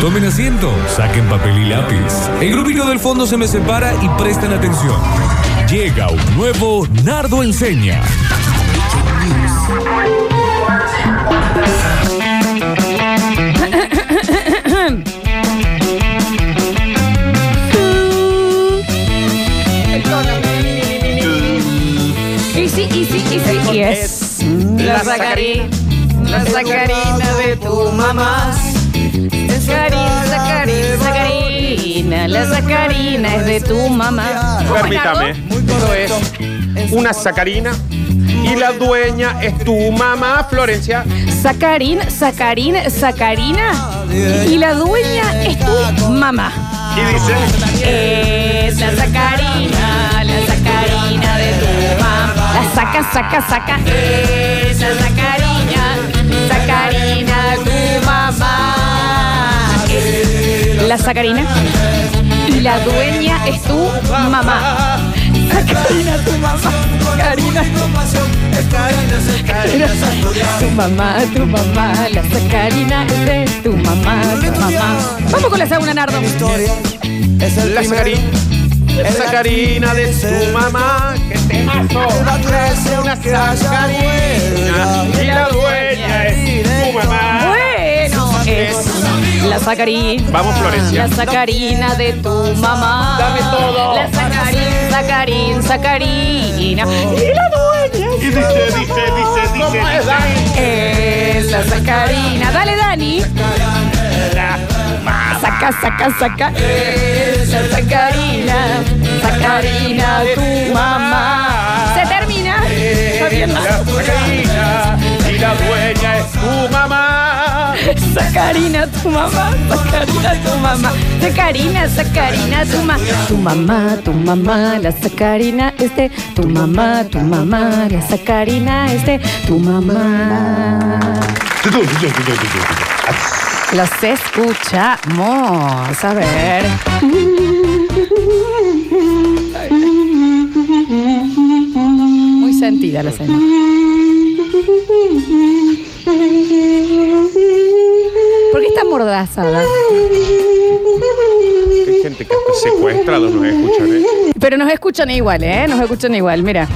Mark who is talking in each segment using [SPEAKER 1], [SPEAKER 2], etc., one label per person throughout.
[SPEAKER 1] Tomen asiento, saquen papel y lápiz. El grupito del fondo se me separa y prestan atención. Llega un nuevo Nardo Enseña.
[SPEAKER 2] Y sí, y sí, y sí, y es. La sacarina, la sacarina de tu mamá. Sacarina, sacarina, sacarina, la sacarina es de tu mamá. ¿Cómo es,
[SPEAKER 3] Permítame.
[SPEAKER 2] Nardo?
[SPEAKER 3] Esto es una sacarina y la dueña es tu mamá, Florencia.
[SPEAKER 2] Sacarín, sacarín, sacarina. Y la dueña es tu mamá.
[SPEAKER 3] Y dice,
[SPEAKER 2] Es la sacarina, la sacarina de tu mamá. La saca, saca, saca. Es la sacarina, sacarina de tu mamá. Es la sacarina. Y la dueña es tu mamá. Sacarina, tu mamá. Sacarina. Sacarina, Tu mamá, tu mamá, la sacarina es de tu mamá, tu mamá. Vamos con la segunda, Nardo.
[SPEAKER 3] la sacarina, la sacarina de tu mamá. ¡Qué temazo! Una sacarina y la dueña es tu mamá.
[SPEAKER 2] Bueno, es la sacarina.
[SPEAKER 3] Vamos, Florencia.
[SPEAKER 2] La sacarina de tu mamá.
[SPEAKER 3] Dame todo.
[SPEAKER 2] La sacarina, sacarina, sacarina. Y la dueña
[SPEAKER 3] Oh. Y dice, dice, dice, dice, dice.
[SPEAKER 2] es la sacarina. Dale, Dani. Saca, saca, saca. Es la sacarina, sacarina de tu mamá. Se termina. Está bien, ¿no?
[SPEAKER 3] Eh, La sacarina y la dueña es tu mamá.
[SPEAKER 2] Sacarina, tu mamá, Sacarina, tu mamá, Sacarina, Sacarina, tu mamá, tu mamá, tu mamá, la Sacarina, este, tu mamá, tu mamá, la Sacarina, este, tu mamá. Los escuchamos, a ver. Muy sentida la cena. ¿Por qué está mordazada?
[SPEAKER 3] Hay gente que está secuestrada, no escuchan, ¿eh?
[SPEAKER 2] Pero nos escuchan igual, ¿eh? Nos escuchan igual, mira.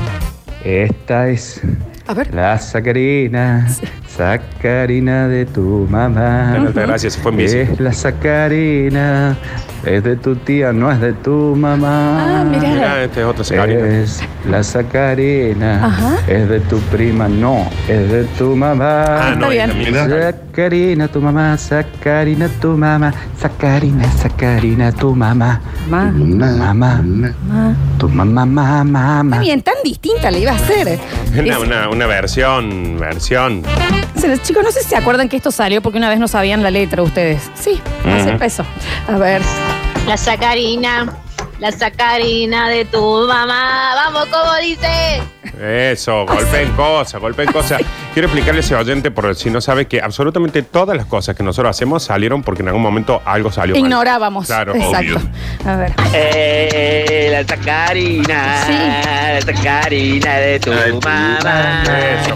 [SPEAKER 4] Esta es
[SPEAKER 2] A ver.
[SPEAKER 4] la sacarina, sacarina de tu mamá.
[SPEAKER 3] Dale, Altagracia, se fue en bici.
[SPEAKER 4] Es la sacarina, es de tu tía, no es de tu mamá.
[SPEAKER 2] Ah, mirá.
[SPEAKER 3] Mirá, esta este es otra sacarina.
[SPEAKER 4] Es la sacarina,
[SPEAKER 2] Ajá.
[SPEAKER 4] es de tu prima, no, es de tu
[SPEAKER 3] Ah,
[SPEAKER 4] mamá.
[SPEAKER 3] no,
[SPEAKER 2] bien.
[SPEAKER 3] esta misma.
[SPEAKER 4] Sacarina, tu mamá, sacarina, tu mamá, sacarina, sacarina, tu mamá.
[SPEAKER 2] Ma.
[SPEAKER 4] Mamá, tu mamá, mamá,
[SPEAKER 2] Está
[SPEAKER 4] mamá.
[SPEAKER 2] bien, tan distinta le iba a hacer.
[SPEAKER 3] Una,
[SPEAKER 2] Es-
[SPEAKER 3] una, una versión, versión.
[SPEAKER 2] se- Chicos, no sé si se acuerdan que esto salió porque una vez no sabían la letra ustedes. Sí, hace
[SPEAKER 3] Ujú.
[SPEAKER 2] peso. A ver.
[SPEAKER 5] La sacarina, la sacarina de tu mamá. Vamos, como dice.
[SPEAKER 3] Eso,
[SPEAKER 2] Ah,
[SPEAKER 3] golpeen cosas, golpeen cosas. Quiero explicarle a ese oyente, por si no sabe, que absolutamente todas las cosas que nosotros hacemos salieron porque en algún momento algo salió mal.
[SPEAKER 2] Ignorábamos.
[SPEAKER 3] Claro,
[SPEAKER 2] Exacto.
[SPEAKER 3] obvio.
[SPEAKER 2] A ver.
[SPEAKER 6] Eh, la sacarina,
[SPEAKER 2] Sí.
[SPEAKER 6] la sacarina de tu mamá.
[SPEAKER 3] Eso,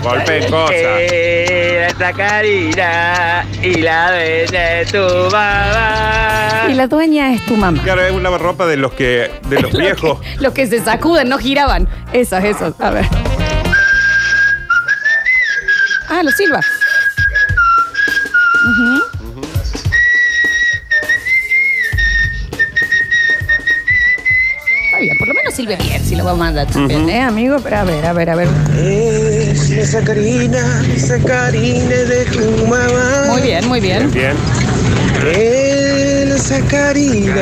[SPEAKER 3] golpeen cosas.
[SPEAKER 6] Eh, la sacarina y la dueña de tu mamá.
[SPEAKER 2] Y la dueña es tu mamá.
[SPEAKER 3] Claro, es una ropa de los que, de los viejos.
[SPEAKER 2] Los que se sacuden, no giraban. Esas, esas. A ver. Ah, los silba. Ujú. Está bien, por lo menos sirve bien si lo vamos a mandar. ¿Eh, amigo? Pero a ver, a ver, a ver.
[SPEAKER 7] Es la sacarina, sacarina de tu mamá.
[SPEAKER 2] Muy bien, muy bien.
[SPEAKER 3] Bien.
[SPEAKER 7] Es la sacarina,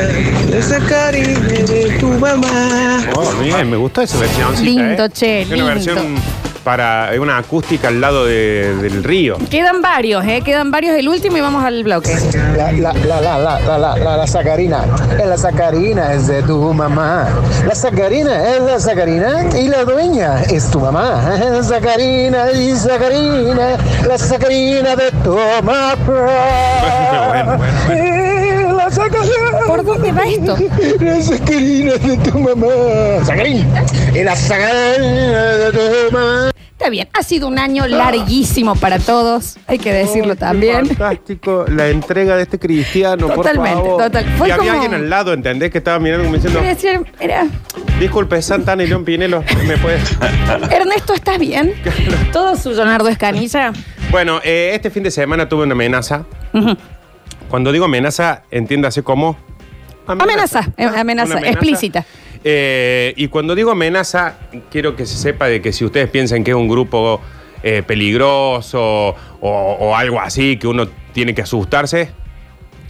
[SPEAKER 7] la sacarina de tu mamá.
[SPEAKER 3] Oh, bien, me gustó esa versión.
[SPEAKER 2] Lindo, che,
[SPEAKER 3] Una
[SPEAKER 2] lindo.
[SPEAKER 3] versión para una acústica al lado de- del río.
[SPEAKER 2] Quedan varios, ¿eh? Quedan varios. El último y vamos al bloque.
[SPEAKER 8] La, la, la, la, la, la, la, la, la sacarina. Es la sacarina, es de tu mamá. La sacarina, es la sacarina y la dueña es tu mamá. La sacarina y sacarina, la sacarina de tu mamá.
[SPEAKER 3] Bueno, bueno, bueno.
[SPEAKER 8] Eh, La sacarina.
[SPEAKER 2] ¿Por dónde va esto?
[SPEAKER 8] La sacarina de tu mamá. Sacarina. Es la sacarina de tu mamá.
[SPEAKER 2] Está Ahora bien, ha sido un año larguísimo para todos, hay que decirlo también.
[SPEAKER 3] Fantástico la entrega de este cristiano,
[SPEAKER 2] Totalmente,
[SPEAKER 3] por favor.
[SPEAKER 2] total. Fue
[SPEAKER 3] y había
[SPEAKER 2] como-
[SPEAKER 3] alguien al lado, ¿entendés? Que estaba mirando como diciendo,
[SPEAKER 2] Quiero decir, mira,
[SPEAKER 3] disculpe, Santana y León Pinelo, ¿me puedes...?
[SPEAKER 2] Ernesto, ¿estás bien? Todo su Leonardo Escanilla.
[SPEAKER 3] Bueno, eh, este fin de semana tuve una amenaza. Cuando digo amenaza, entiéndase como...
[SPEAKER 2] Amenaza, eh,
[SPEAKER 3] Ah, una
[SPEAKER 2] amenaza, explícita.
[SPEAKER 3] Eh, y cuando digo amenaza, quiero que se sepa de que si ustedes piensan que es un grupo eh, peligroso o, o algo así, que uno tiene que asustarse,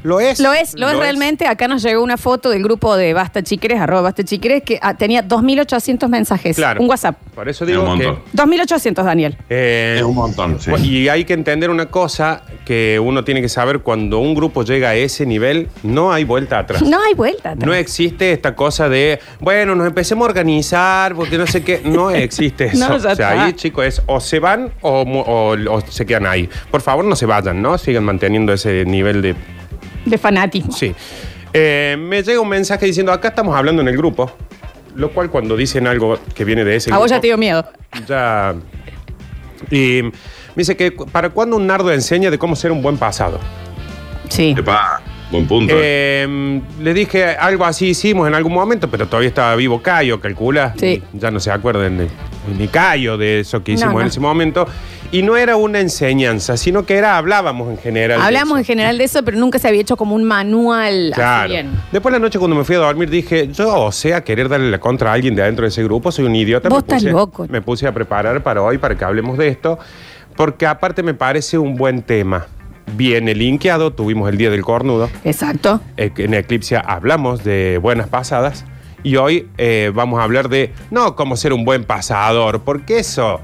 [SPEAKER 3] lo es.
[SPEAKER 2] Lo es, lo, es realmente. Acá nos llegó una foto del grupo de Basta Chiqueres, arroba Basta Chiqueres, que ah, tenía 2.800 mensajes.
[SPEAKER 3] Claro.
[SPEAKER 2] Un WhatsApp.
[SPEAKER 3] Por eso digo
[SPEAKER 9] Es un
[SPEAKER 3] que...
[SPEAKER 9] montón.
[SPEAKER 2] 2.800, Daniel.
[SPEAKER 3] eh,
[SPEAKER 9] Es un montón, sí.
[SPEAKER 3] Bueno, Y hay que entender una cosa que uno tiene que saber cuando un grupo llega a ese nivel, no hay vuelta atrás.
[SPEAKER 2] No hay vuelta. atrás.
[SPEAKER 3] No existe esta cosa de, bueno, nos empecemos a organizar porque no sé qué. No existe eso.
[SPEAKER 2] No, ya
[SPEAKER 3] o sea,
[SPEAKER 2] está.
[SPEAKER 3] ahí, chicos, es o se van o, mu- o- o se quedan ahí. Por favor, no se vayan, ¿no? Sigan manteniendo ese nivel de.
[SPEAKER 2] De fanatismo.
[SPEAKER 3] Sí. Eh, me llega un mensaje diciendo, acá estamos hablando en el grupo. Lo cual, cuando dicen algo que viene de ese
[SPEAKER 2] A vos ya
[SPEAKER 3] grupo,
[SPEAKER 2] te dio miedo.
[SPEAKER 3] ya- Y me dice que, cu- ¿para cuándo un nardo enseña de cómo ser un buen pasado?
[SPEAKER 2] Sí.
[SPEAKER 9] Epa, buen punto.
[SPEAKER 3] Eh, le dije algo así hicimos en algún momento, pero todavía estaba vivo Cayo, calcula.
[SPEAKER 2] Sí.
[SPEAKER 3] Ya no se acuerdan de- ni Cayo de eso que
[SPEAKER 2] No,
[SPEAKER 3] hicimos
[SPEAKER 2] no.
[SPEAKER 3] en ese momento. Y no era una enseñanza, sino que era hablábamos en general. de
[SPEAKER 2] Hablamos en
[SPEAKER 3] eso.
[SPEAKER 2] general de eso, pero nunca se había hecho como un manual. así
[SPEAKER 3] Claro.
[SPEAKER 2] bien.
[SPEAKER 3] Después de la noche cuando me fui a dormir dije, yo o sea, querer darle la contra a alguien de adentro de ese grupo, soy un idiota.
[SPEAKER 2] Vos
[SPEAKER 3] Me
[SPEAKER 2] estás
[SPEAKER 3] puse-
[SPEAKER 2] loco.
[SPEAKER 3] Me puse a preparar para hoy, para que hablemos de esto, porque aparte me parece un buen tema. Viene linkeado, tuvimos el día del cornudo.
[SPEAKER 2] Exacto.
[SPEAKER 3] Eh, En Eclipse hablamos de buenas pasadas y hoy eh, vamos a hablar de no cómo ser un buen pasador, porque eso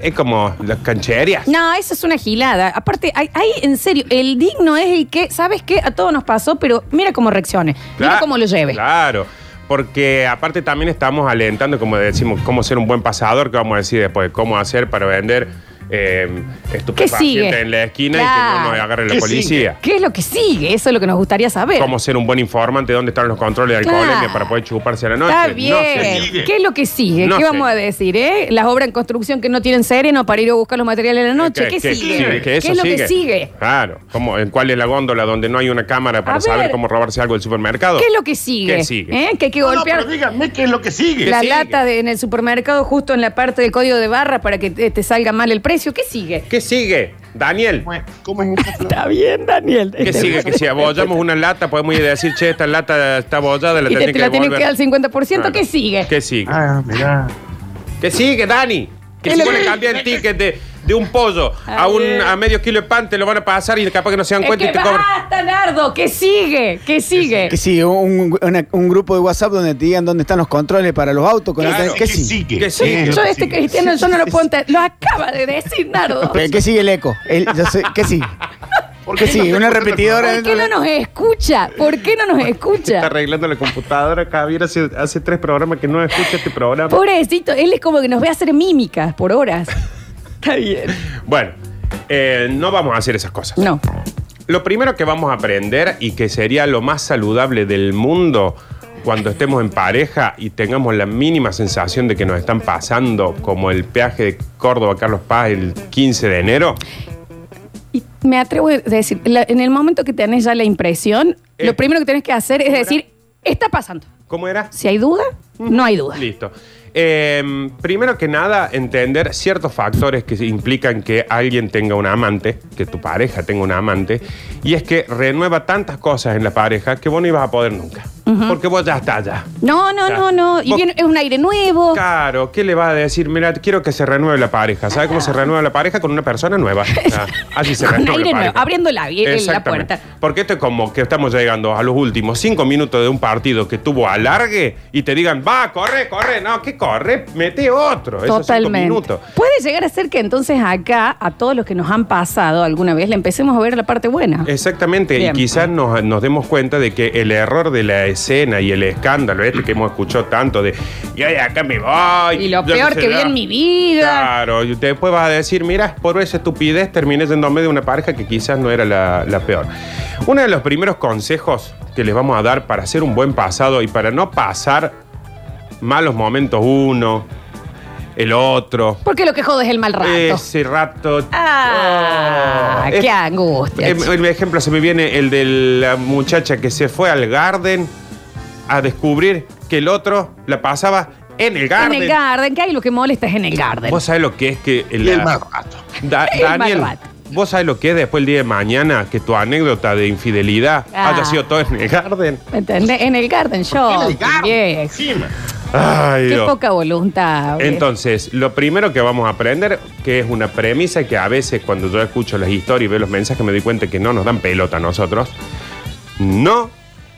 [SPEAKER 3] es como las cancherías.
[SPEAKER 2] No, eso es una gilada. Aparte, hay, hay, en serio, el digno es el que, ¿sabes qué? A todos nos pasó, pero mira cómo reaccione. Mira
[SPEAKER 3] Cla-
[SPEAKER 2] cómo lo lleve.
[SPEAKER 3] Claro. Porque aparte también estamos alentando, como decimos, cómo ser un buen pasador, que vamos a decir después, cómo hacer para vender eh, estupefacientes
[SPEAKER 2] sigue?
[SPEAKER 3] en la esquina y que
[SPEAKER 2] Claro.
[SPEAKER 3] no nos agarre la
[SPEAKER 9] ¿Qué
[SPEAKER 3] policía.
[SPEAKER 2] ¿Qué es lo que sigue? Eso es lo que nos gustaría saber.
[SPEAKER 3] Cómo ser un buen informante, dónde están los controles de alcohol
[SPEAKER 2] Claro.
[SPEAKER 3] para poder chuparse a la noche.
[SPEAKER 2] Está
[SPEAKER 3] No
[SPEAKER 2] bien.
[SPEAKER 3] sé.
[SPEAKER 9] sigue.
[SPEAKER 2] ¿Qué es lo que sigue?
[SPEAKER 3] No
[SPEAKER 2] ¿Qué
[SPEAKER 3] sé.
[SPEAKER 2] vamos a decir? eh? Las obras en construcción que no tienen sereno para ir a buscar los materiales en la noche. ¿Qué, sigue? ¿Qué
[SPEAKER 3] eso
[SPEAKER 2] es lo que sigue?
[SPEAKER 3] Claro. ¿Cómo, ¿En cuál es la góndola donde no hay una cámara para
[SPEAKER 2] A
[SPEAKER 3] saber
[SPEAKER 2] ver.
[SPEAKER 3] cómo robarse algo del supermercado?
[SPEAKER 2] ¿Qué es lo que sigue?
[SPEAKER 3] ¿Qué sigue?
[SPEAKER 2] ¿Eh? Que hay que
[SPEAKER 9] No, no,
[SPEAKER 2] golpear
[SPEAKER 9] pero díganme qué es lo que sigue.
[SPEAKER 2] la
[SPEAKER 3] sigue?
[SPEAKER 2] lata de- en el supermercado justo en la parte del código de barra para que te, te salga mal el precio. ¿Qué sigue?
[SPEAKER 3] ¿Qué sigue? Daniel.
[SPEAKER 9] ¿Cómo es- ¿Cómo es esta flor?
[SPEAKER 2] Está bien, Daniel. Este,
[SPEAKER 3] ¿Qué sigue? Que si abollamos una lata, podemos ir a decir, che, esta lata está abollada, la
[SPEAKER 2] Y te,
[SPEAKER 3] tienen
[SPEAKER 2] te
[SPEAKER 3] que
[SPEAKER 2] la tienen que dar al
[SPEAKER 3] devolver.
[SPEAKER 2] 50%. ¿Qué
[SPEAKER 3] Claro.
[SPEAKER 2] sigue?
[SPEAKER 3] ¿Qué sigue?
[SPEAKER 7] Ah, mirá.
[SPEAKER 3] ¿Qué sigue, Dani? Que
[SPEAKER 2] Es
[SPEAKER 3] si
[SPEAKER 2] lo
[SPEAKER 3] vos le
[SPEAKER 2] que-
[SPEAKER 3] cambias el ticket de, de un pollo a, un,
[SPEAKER 2] bien.
[SPEAKER 3] a medio kilo de pan, te lo van a pasar y capaz que no se dan
[SPEAKER 2] Es
[SPEAKER 3] cuenta
[SPEAKER 2] que
[SPEAKER 3] y te cobran.
[SPEAKER 2] basta, Nardo. ¿Qué sigue? ¿Qué sigue?
[SPEAKER 10] Que sí, un, una- un grupo de WhatsApp donde te digan dónde están los controles para los autos. Con
[SPEAKER 9] Claro,
[SPEAKER 10] la- ¿Qué, sigue?
[SPEAKER 3] ¿Qué sigue?
[SPEAKER 9] es lo
[SPEAKER 2] Yo
[SPEAKER 9] que
[SPEAKER 2] este
[SPEAKER 9] sigue?
[SPEAKER 2] cristiano yo no lo puedo entender. Lo acaba de decir, Nardo.
[SPEAKER 10] Pero, ¿Qué sigue el eco? El- yo sé- ¿Qué sigue?
[SPEAKER 9] ¿Por
[SPEAKER 10] ¿Qué
[SPEAKER 9] qué no
[SPEAKER 10] sigue?
[SPEAKER 9] te
[SPEAKER 10] Una
[SPEAKER 9] cortan la
[SPEAKER 10] repetidora.
[SPEAKER 2] ¿Por qué no nos escucha? ¿Por qué no nos
[SPEAKER 3] Está
[SPEAKER 2] escucha?
[SPEAKER 3] arreglando la computadora, Javier, hace, hace tres programas que no escucha este programa.
[SPEAKER 2] Pobrecito, él es como que nos ve hacer mímicas por horas. Está bien.
[SPEAKER 3] Bueno, eh, no vamos a hacer esas cosas.
[SPEAKER 2] No.
[SPEAKER 3] Lo primero que vamos a aprender y que sería lo más saludable del mundo cuando estemos en pareja y tengamos la mínima sensación de que nos están pasando, como el peaje de Córdoba Carlos Paz el 15 de enero,
[SPEAKER 2] Y me atrevo a decir, la- en el momento que tenés ya la impresión,
[SPEAKER 3] Eh.
[SPEAKER 2] lo primero que tenés que hacer es decir, está pasando.
[SPEAKER 3] ¿cómo era?
[SPEAKER 2] Si hay duda, no hay duda.
[SPEAKER 3] Listo. Eh, primero que nada, entender ciertos factores que implican que alguien tenga un amante, que tu pareja tenga un amante, y es que renueva tantas cosas en la pareja que vos no ibas a poder nunca, porque vos ya estás allá.
[SPEAKER 2] No, no,
[SPEAKER 3] Ya.
[SPEAKER 2] no, no. Y
[SPEAKER 3] Vos-
[SPEAKER 2] viene, es un aire nuevo.
[SPEAKER 3] Claro, ¿qué le va a decir? Mira, quiero que se renueve la pareja. ¿Sabe cómo se renueva la pareja? Con una persona nueva. Ah, así se
[SPEAKER 2] Con
[SPEAKER 3] renueva.
[SPEAKER 2] aire
[SPEAKER 3] la
[SPEAKER 2] nuevo,
[SPEAKER 3] pareja.
[SPEAKER 2] abriendo la- el- la
[SPEAKER 3] Exactamente.
[SPEAKER 2] puerta.
[SPEAKER 3] Porque esto es como que estamos llegando a los últimos cinco minutos de un partido que tuvo alargue y te digan, va, corre, corre. No, ¿qué corre? Mete otro. Esos cinco
[SPEAKER 2] Totalmente.
[SPEAKER 3] minutos.
[SPEAKER 2] Puede llegar a ser que entonces acá, a todos los que nos han pasado alguna vez, le empecemos a ver la parte buena.
[SPEAKER 3] Exactamente,
[SPEAKER 2] Bien.
[SPEAKER 3] y quizás nos, nos demos cuenta de que el error de la escena y el escándalo este que hemos escuchado tanto de, y ay, acá me voy.
[SPEAKER 2] Y lo
[SPEAKER 3] yo qué
[SPEAKER 2] peor
[SPEAKER 3] sé
[SPEAKER 2] que vi
[SPEAKER 3] yo".
[SPEAKER 2] en mi vida.
[SPEAKER 3] Claro, y después vas a decir, mira, por esa estupidez terminé yéndome de una pareja que quizás no era la, la peor. Uno de los primeros consejos que les vamos a dar para hacer un buen pasado y para no pasar malos momentos uno, el otro.
[SPEAKER 2] Porque lo que jode es el mal rato.
[SPEAKER 3] Ese rato.
[SPEAKER 2] Ah,
[SPEAKER 3] Oh,
[SPEAKER 2] qué
[SPEAKER 3] es-
[SPEAKER 2] angustia.
[SPEAKER 3] Em, El ejemplo se me viene el de la muchacha que se fue al garden a descubrir que el otro la pasaba en el garden.
[SPEAKER 2] En el garden, ¿qué hay? Lo que molesta es en el garden.
[SPEAKER 3] Vos sabés lo que es que.
[SPEAKER 2] Y el mal
[SPEAKER 3] rato.
[SPEAKER 2] El mal
[SPEAKER 3] Daniel,
[SPEAKER 2] rato.
[SPEAKER 3] vos sabés lo que es después el día de mañana que tu anécdota de infidelidad
[SPEAKER 2] Ah.
[SPEAKER 3] haya sido todo en el garden.
[SPEAKER 2] ¿Me entendés? En el garden show. Encima.
[SPEAKER 3] Ay,
[SPEAKER 2] Qué
[SPEAKER 3] Dios.
[SPEAKER 2] poca voluntad. viejo.
[SPEAKER 3] Entonces, lo primero que vamos a aprender, que es una premisa que a veces cuando yo escucho las historias y veo los mensajes me doy cuenta que no nos dan pelota a nosotros, no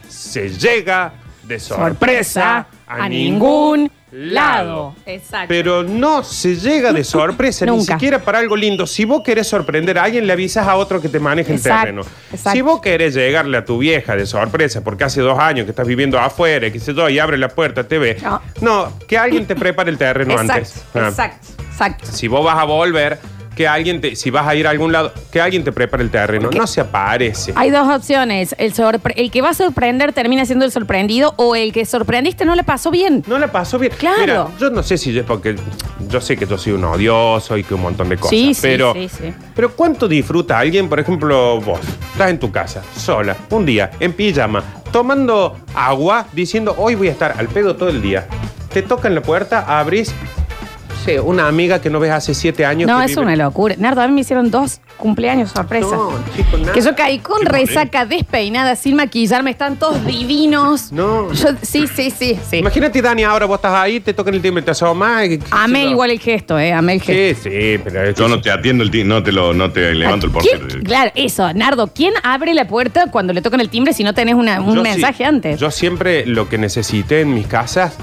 [SPEAKER 3] se llega de sorpresa, a, ningún lado.
[SPEAKER 2] Exacto.
[SPEAKER 3] Pero no se llega de sorpresa, ni
[SPEAKER 2] Nunca.
[SPEAKER 3] siquiera para algo lindo. Si vos querés sorprender a alguien, le avisas a otro que te maneje
[SPEAKER 2] Exacto,
[SPEAKER 3] el terreno.
[SPEAKER 2] exacto.
[SPEAKER 3] Si vos querés llegarle a tu vieja de sorpresa, porque hace dos años que estás viviendo afuera, que se yo, y abre la puerta, te ve. No, que alguien te prepare el terreno
[SPEAKER 2] exacto,
[SPEAKER 3] antes. Ah.
[SPEAKER 2] exacto, exacto.
[SPEAKER 3] Si vos vas a volver, que alguien te, si vas a ir a algún lado, que alguien te prepare el terreno. No se aparece.
[SPEAKER 2] Hay dos opciones. El, sorpre- el que va a sorprender termina siendo el sorprendido o el que sorprendiste no le pasó bien.
[SPEAKER 3] No le pasó bien.
[SPEAKER 2] Claro.
[SPEAKER 3] Mira, yo no sé si es porque yo sé que yo soy un odioso y que un montón de cosas.
[SPEAKER 2] sí, sí,
[SPEAKER 3] pero
[SPEAKER 2] sí, sí.
[SPEAKER 3] Pero ¿cuánto disfruta alguien, por ejemplo, vos? Estás en tu casa, sola, un día, en pijama, tomando agua, diciendo, hoy voy a estar al pedo todo el día. Te tocan la puerta, abrís, no sé, una amiga que no ves hace siete años.
[SPEAKER 2] No,
[SPEAKER 3] que
[SPEAKER 2] es
[SPEAKER 3] vive-
[SPEAKER 2] una locura. Nardo, a mí me hicieron dos cumpleaños sorpresa.
[SPEAKER 3] No, chico, nada.
[SPEAKER 2] que yo caí con
[SPEAKER 3] Qué
[SPEAKER 2] resaca, despeinada, sin maquillarme, están todos divinos.
[SPEAKER 3] No.
[SPEAKER 2] Yo, sí, sí, sí, sí.
[SPEAKER 3] Imagínate, Dani, ahora vos estás ahí, te tocan el timbre, te asomas. y-
[SPEAKER 2] Amé igual el gesto, ¿eh? Amé el gesto.
[SPEAKER 3] Sí, sí, pero
[SPEAKER 9] Yo no te atiendo el ti- no te lo, no te levanto el portero.
[SPEAKER 2] ¿Quién- Claro, eso, Nardo, ¿quién abre la puerta cuando le tocan el timbre si no tenés una- un
[SPEAKER 3] Yo
[SPEAKER 2] mensaje
[SPEAKER 3] sí-
[SPEAKER 2] antes?
[SPEAKER 3] Yo siempre lo que necesité en mis casas,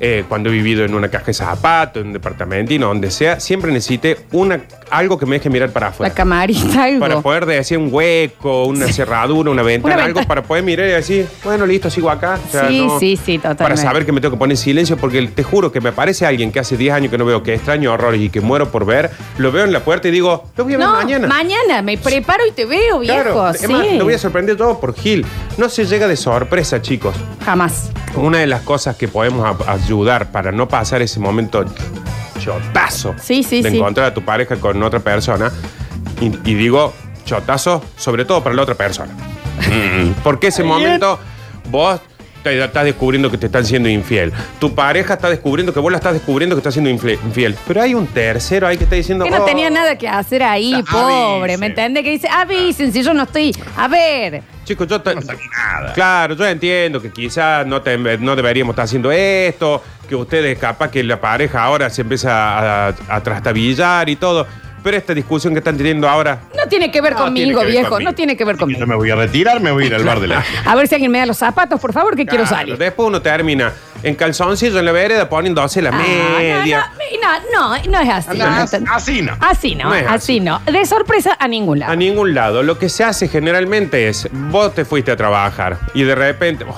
[SPEAKER 3] eh, cuando he vivido en una caja de zapatos, en un departamentino, donde sea, siempre necesité una, algo que me deje mirar para afuera.
[SPEAKER 2] la camarita, algo.
[SPEAKER 3] Para poder decir un hueco, una cerradura, una ventana,
[SPEAKER 2] Una
[SPEAKER 3] algo para poder mirar y decir, bueno, listo, sigo acá. O sea,
[SPEAKER 2] sí,
[SPEAKER 3] no-
[SPEAKER 2] sí, sí, totalmente.
[SPEAKER 3] Para saber que me tengo que poner en silencio, porque te juro que me aparece alguien que hace 10 años que no veo, que extraño horrores y que muero por ver, lo veo en la puerta y digo, lo voy a ver
[SPEAKER 2] no,
[SPEAKER 3] mañana.
[SPEAKER 2] mañana, me preparo y te veo, viejo.
[SPEAKER 3] Claro,
[SPEAKER 2] sí.
[SPEAKER 3] además, lo voy a sorprender todo por Gil. No se llega de sorpresa, chicos.
[SPEAKER 2] Jamás.
[SPEAKER 3] Una de las cosas que podemos a- ayudar para no pasar ese momento chotazo
[SPEAKER 2] Sí, sí,
[SPEAKER 3] de
[SPEAKER 2] sí.
[SPEAKER 3] encontrar a tu pareja con otra persona, y, y digo chotazo sobre todo para la otra persona. Mm. Porque ese momento vos te estás descubriendo que te están siendo infiel. Tu pareja está descubriendo que vos la estás descubriendo que está siendo infle- infiel. Pero hay un tercero ahí que está diciendo...
[SPEAKER 2] Que no
[SPEAKER 3] "Oh,
[SPEAKER 2] tenía nada que hacer ahí, pobre, ¿me entiendes? Que
[SPEAKER 3] Ah.
[SPEAKER 2] dice, avisen, si yo no estoy. A ver.
[SPEAKER 3] Chicos, yo te- Claro, yo entiendo que quizás no, te- no deberíamos estar haciendo esto, que ustedes capaz que la pareja ahora se empieza a, a trastabillar y todo, pero esta discusión que están teniendo ahora...
[SPEAKER 2] No tiene que ver
[SPEAKER 3] No tiene
[SPEAKER 2] conmigo,
[SPEAKER 3] que ver
[SPEAKER 2] viejo.
[SPEAKER 3] conmigo.
[SPEAKER 2] No tiene que ver conmigo.
[SPEAKER 9] Yo me voy a retirar, me voy a ir al bar de la.
[SPEAKER 2] A ver si alguien me da los zapatos, por favor, que quiero
[SPEAKER 3] Claro,
[SPEAKER 2] salir.
[SPEAKER 3] Después uno termina en calzoncillo en la vereda poniéndose
[SPEAKER 2] Ah,
[SPEAKER 3] la media.
[SPEAKER 2] No, no, no es así.
[SPEAKER 9] así no.
[SPEAKER 2] Así no,
[SPEAKER 3] No es
[SPEAKER 2] así no. De sorpresa a ningún
[SPEAKER 3] A
[SPEAKER 2] lado.
[SPEAKER 3] ningún lado. Lo que se hace generalmente es, vos te fuiste a trabajar y de repente... oh,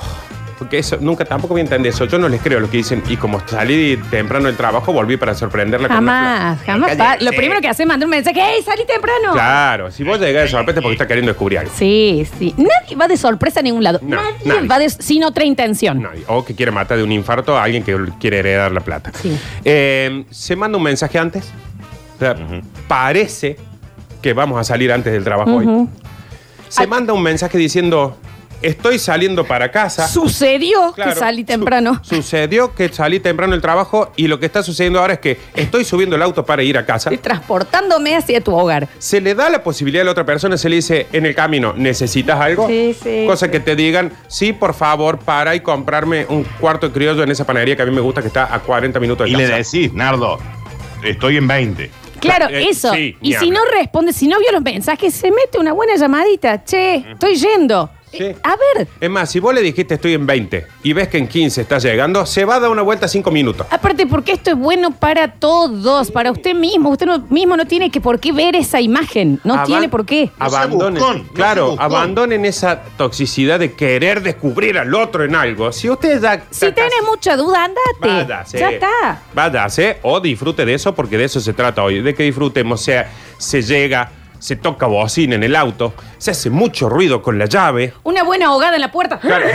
[SPEAKER 3] porque eso, nunca tampoco voy a entender eso. Yo no les creo lo que dicen. Y como salí temprano del trabajo, volví para sorprenderla con una
[SPEAKER 2] Jamás, jamás. pa- Lo primero que hace es mandar un mensaje, ¡Ey, salí temprano!
[SPEAKER 3] Claro, si vos llegás de sorpresa porque estás queriendo descubrir algo.
[SPEAKER 2] Sí, sí. Nadie va de sorpresa a ningún lado.
[SPEAKER 3] No,
[SPEAKER 2] nadie,
[SPEAKER 3] nadie.
[SPEAKER 2] va de sin otra intención.
[SPEAKER 3] O que quiere matar de un infarto a alguien que quiere heredar la plata. Eh, ¿Se manda un mensaje antes? O sea, Parece que vamos a salir antes del trabajo hoy.
[SPEAKER 2] Ujú.
[SPEAKER 3] Se manda un mensaje diciendo, estoy saliendo para casa.
[SPEAKER 2] Sucedió que
[SPEAKER 3] Claro.
[SPEAKER 2] salí temprano.
[SPEAKER 3] Sucedió que salí temprano del trabajo y lo que está sucediendo ahora es que estoy subiendo el auto para ir a casa.
[SPEAKER 2] Estoy transportándome hacia tu hogar.
[SPEAKER 3] se le da la posibilidad a la otra persona, se le dice en el camino, ¿necesitas algo?
[SPEAKER 2] Sí, sí,
[SPEAKER 3] Cosa que te digan, sí, por favor, para y comprarme un cuarto de criollo en esa panadería que a mí me gusta que está a 40 minutos de
[SPEAKER 9] Y le
[SPEAKER 3] casa.
[SPEAKER 9] decís, Nardo, estoy en 20.
[SPEAKER 2] Claro,
[SPEAKER 3] Eh,
[SPEAKER 2] eso.
[SPEAKER 3] sí,
[SPEAKER 2] y
[SPEAKER 3] ni
[SPEAKER 2] si no
[SPEAKER 3] hablar.
[SPEAKER 2] responde, si no vio los mensajes, se mete una buena llamadita. Che, estoy yendo. Eh, A ver,
[SPEAKER 3] Es más, si vos le dijiste estoy en 20 y ves que en 15 estás llegando, se va a dar una vuelta 5 minutos.
[SPEAKER 2] aparte, porque esto es bueno para todos, para usted mismo. Usted no- mismo no tiene que por qué ver esa imagen. No
[SPEAKER 3] Aban-
[SPEAKER 2] tiene por qué.
[SPEAKER 3] Abandonen, claro, abandonen esa toxicidad de querer descubrir al otro en algo. Si usted ya
[SPEAKER 2] Si tenés mucha duda, andate.
[SPEAKER 3] Váyase.
[SPEAKER 2] Ya está.
[SPEAKER 3] Váyase o disfrute de eso porque de eso se trata hoy, de que disfrutemos, o sea, se llega, se toca bocina en el auto, se hace mucho ruido con la llave.
[SPEAKER 2] Una buena ahogada en la puerta.
[SPEAKER 3] Claro.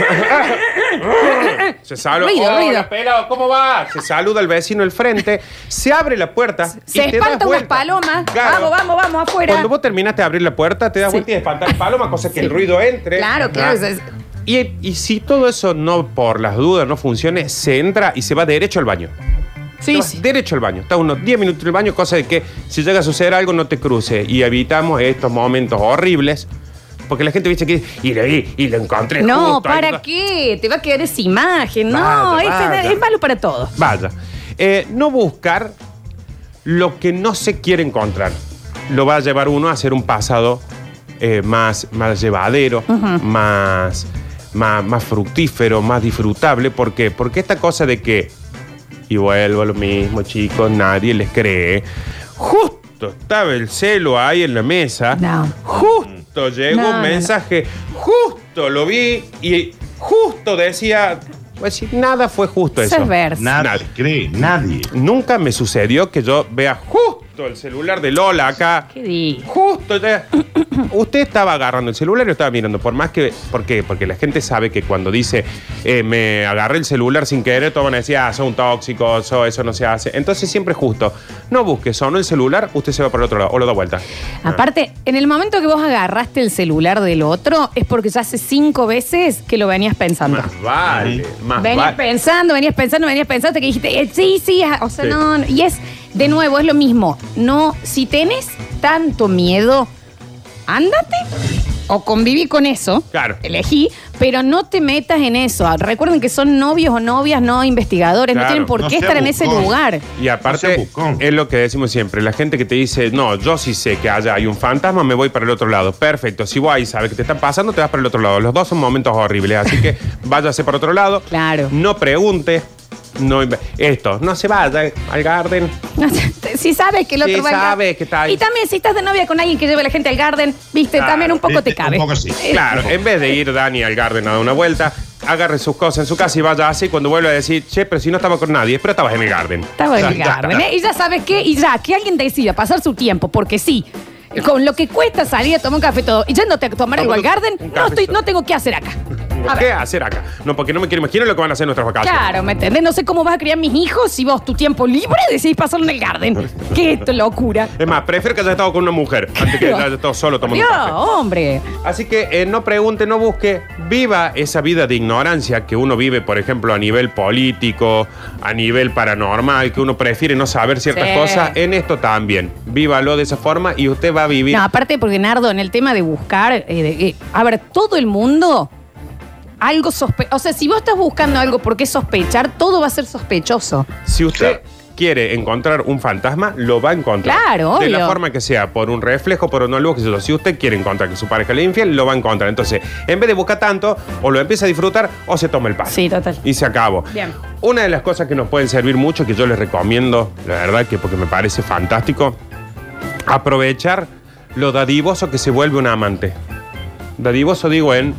[SPEAKER 3] Se saluda.
[SPEAKER 2] Ruido,
[SPEAKER 3] "Hola,
[SPEAKER 2] ruido.
[SPEAKER 3] pelado, ¿cómo va? Se saluda el vecino al frente, se abre la puerta.
[SPEAKER 2] Se
[SPEAKER 3] y te das
[SPEAKER 2] espanta unas
[SPEAKER 3] vuelta.
[SPEAKER 2] palomas.
[SPEAKER 3] Claro.
[SPEAKER 2] Vamos, vamos, vamos, afuera.
[SPEAKER 3] Cuando vos terminaste de abrir la puerta, te das
[SPEAKER 2] Sí.
[SPEAKER 3] vuelta y espantas el paloma, cosa que el ruido entre.
[SPEAKER 2] Claro,
[SPEAKER 3] Ajá.
[SPEAKER 2] claro. es-
[SPEAKER 3] Y, y si todo eso no, por las dudas, no funcione, se entra y se va derecho al baño.
[SPEAKER 2] Sí,
[SPEAKER 3] Te vas Derecho al baño. Está unos 10 minutos en el baño, cosa de que si llega a suceder algo no te cruce. Y evitamos estos momentos horribles. Porque la gente dice que. Y lo vi, y lo encontré.
[SPEAKER 2] No,
[SPEAKER 3] justo ahí".
[SPEAKER 2] ¿para qué? Te va a quedar esa imagen. No,
[SPEAKER 3] Vaya,
[SPEAKER 2] es-
[SPEAKER 3] vaya.
[SPEAKER 2] es malo para todos.
[SPEAKER 3] Vaya. Eh, no buscar lo que no se quiere encontrar. Lo va a llevar uno a hacer un pasado eh, más, más llevadero, más, más, más fructífero, más disfrutable. ¿Por qué? Porque esta cosa de que, y vuelvo a lo mismo, chicos, nadie les cree. Justo estaba el celo ahí en la mesa. Justo llegó
[SPEAKER 2] No, no,
[SPEAKER 3] un
[SPEAKER 2] no.
[SPEAKER 3] mensaje. Justo lo vi y justo decía. Pues sí, nada fue justo
[SPEAKER 2] Eso
[SPEAKER 3] eso.
[SPEAKER 2] es verso.
[SPEAKER 3] Nadie cree, nadie. Nunca me sucedió que yo vea justo el celular de Lola acá.
[SPEAKER 2] ¿Qué di?
[SPEAKER 3] Justo. ya- Usted estaba agarrando el celular y lo estaba mirando. Por más que. ¿Por qué? Porque la gente sabe que cuando dice eh, me agarré el celular sin querer, todos van a decir, ah, sos un tóxico, eso, eso no se hace. Entonces siempre es justo. No busque, sonó el celular, usted se va para el otro lado o lo da vuelta.
[SPEAKER 2] Aparte, en el momento que vos agarraste el celular del otro, es porque ya hace cinco veces que lo venías pensando.
[SPEAKER 3] Vale, más
[SPEAKER 2] venías
[SPEAKER 3] vale.
[SPEAKER 2] pensando, venías pensando, venías pensando, hasta que dijiste, eh, sí, sí, ah, o sea,
[SPEAKER 3] Sí.
[SPEAKER 2] no, no. Y es, de nuevo, es lo mismo. No, si tenés tanto miedo, ándate o conviví con eso.
[SPEAKER 3] Claro.
[SPEAKER 2] Elegí, pero no te metas en eso. Ah, Recuerden que son novios o novias, no investigadores, no
[SPEAKER 3] Claro,
[SPEAKER 2] tienen por
[SPEAKER 3] no
[SPEAKER 2] qué
[SPEAKER 3] sea
[SPEAKER 2] estar en ese
[SPEAKER 3] buscón.
[SPEAKER 2] lugar.
[SPEAKER 3] Y aparte, es lo que decimos siempre: la gente que te dice, no, yo sí sé que allá hay un fantasma, me voy para el otro lado. Perfecto, si vos ahí sabes que te están pasando, te vas para el otro lado. Los dos son momentos horribles, así que váyase para otro lado.
[SPEAKER 2] Claro.
[SPEAKER 3] No pregunte. No, inve- esto, no se vaya al garden.
[SPEAKER 2] Si sabes que el otro
[SPEAKER 3] Sí,
[SPEAKER 2] va al
[SPEAKER 3] sabes
[SPEAKER 2] garden.
[SPEAKER 3] que está ahí.
[SPEAKER 2] Y también si estás de novia con alguien que lleve a la gente al garden, viste,
[SPEAKER 3] Claro,
[SPEAKER 2] también un poco te cabe. Eh,
[SPEAKER 3] Claro, en vez de ir Dani al garden a dar una vuelta, agarre sus cosas en su casa y vaya así. Cuando vuelva a decir, che, pero si no estaba con nadie, pero estabas en el garden.
[SPEAKER 2] Estaba en el
[SPEAKER 3] Ya, ya
[SPEAKER 2] garden.
[SPEAKER 3] está.
[SPEAKER 2] ¿eh? Y ya sabes qué, y ya, que alguien decida pasar su tiempo, porque sí. Con lo que cuesta salir a tomar un café todo y yéndote a tomar algo al garden, no, estoy, no tengo qué hacer acá. A
[SPEAKER 3] ¿Qué
[SPEAKER 2] ver.
[SPEAKER 3] hacer acá? No, porque no me quiero imaginar lo que van a hacer nuestras vacaciones.
[SPEAKER 2] Claro, ¿me entendés? No sé cómo vas a criar mis hijos si vos tu tiempo libre decidís pasarlo en el garden. ¡Qué locura!
[SPEAKER 3] Es más, prefiero que haya estado con una mujer antes que haya estado solo tomando
[SPEAKER 2] Dios,
[SPEAKER 3] un café.
[SPEAKER 2] hombre.
[SPEAKER 3] Así que eh, no pregunte, no busque. Viva esa vida de ignorancia que uno vive, por ejemplo, a nivel político, a nivel paranormal, que uno prefiere no saber ciertas
[SPEAKER 2] Sí.
[SPEAKER 3] cosas. En esto también. Vívalo de esa forma y usted va a vivir.
[SPEAKER 2] No, aparte porque Nardo, en el tema de buscar, eh, de- eh, a ver, todo el mundo algo sospe... O sea, si vos estás buscando algo por qué sospechar, todo va a ser sospechoso.
[SPEAKER 3] Si usted quiere encontrar un fantasma, lo va a encontrar.
[SPEAKER 2] Claro,
[SPEAKER 3] De la
[SPEAKER 2] obvio.
[SPEAKER 3] forma que sea, por un reflejo, por una luz, qué sé yo. Si usted quiere encontrar que su pareja le infiel, lo va a encontrar. Entonces, en vez de buscar tanto, o lo empieza a disfrutar o se toma el paso.
[SPEAKER 2] Sí, total.
[SPEAKER 3] Y se acabó.
[SPEAKER 2] Bien.
[SPEAKER 3] Una de las cosas que nos pueden servir mucho, que yo les recomiendo, la verdad que porque me parece fantástico, aprovechar lo dadivoso que se vuelve un amante. Dadivoso digo en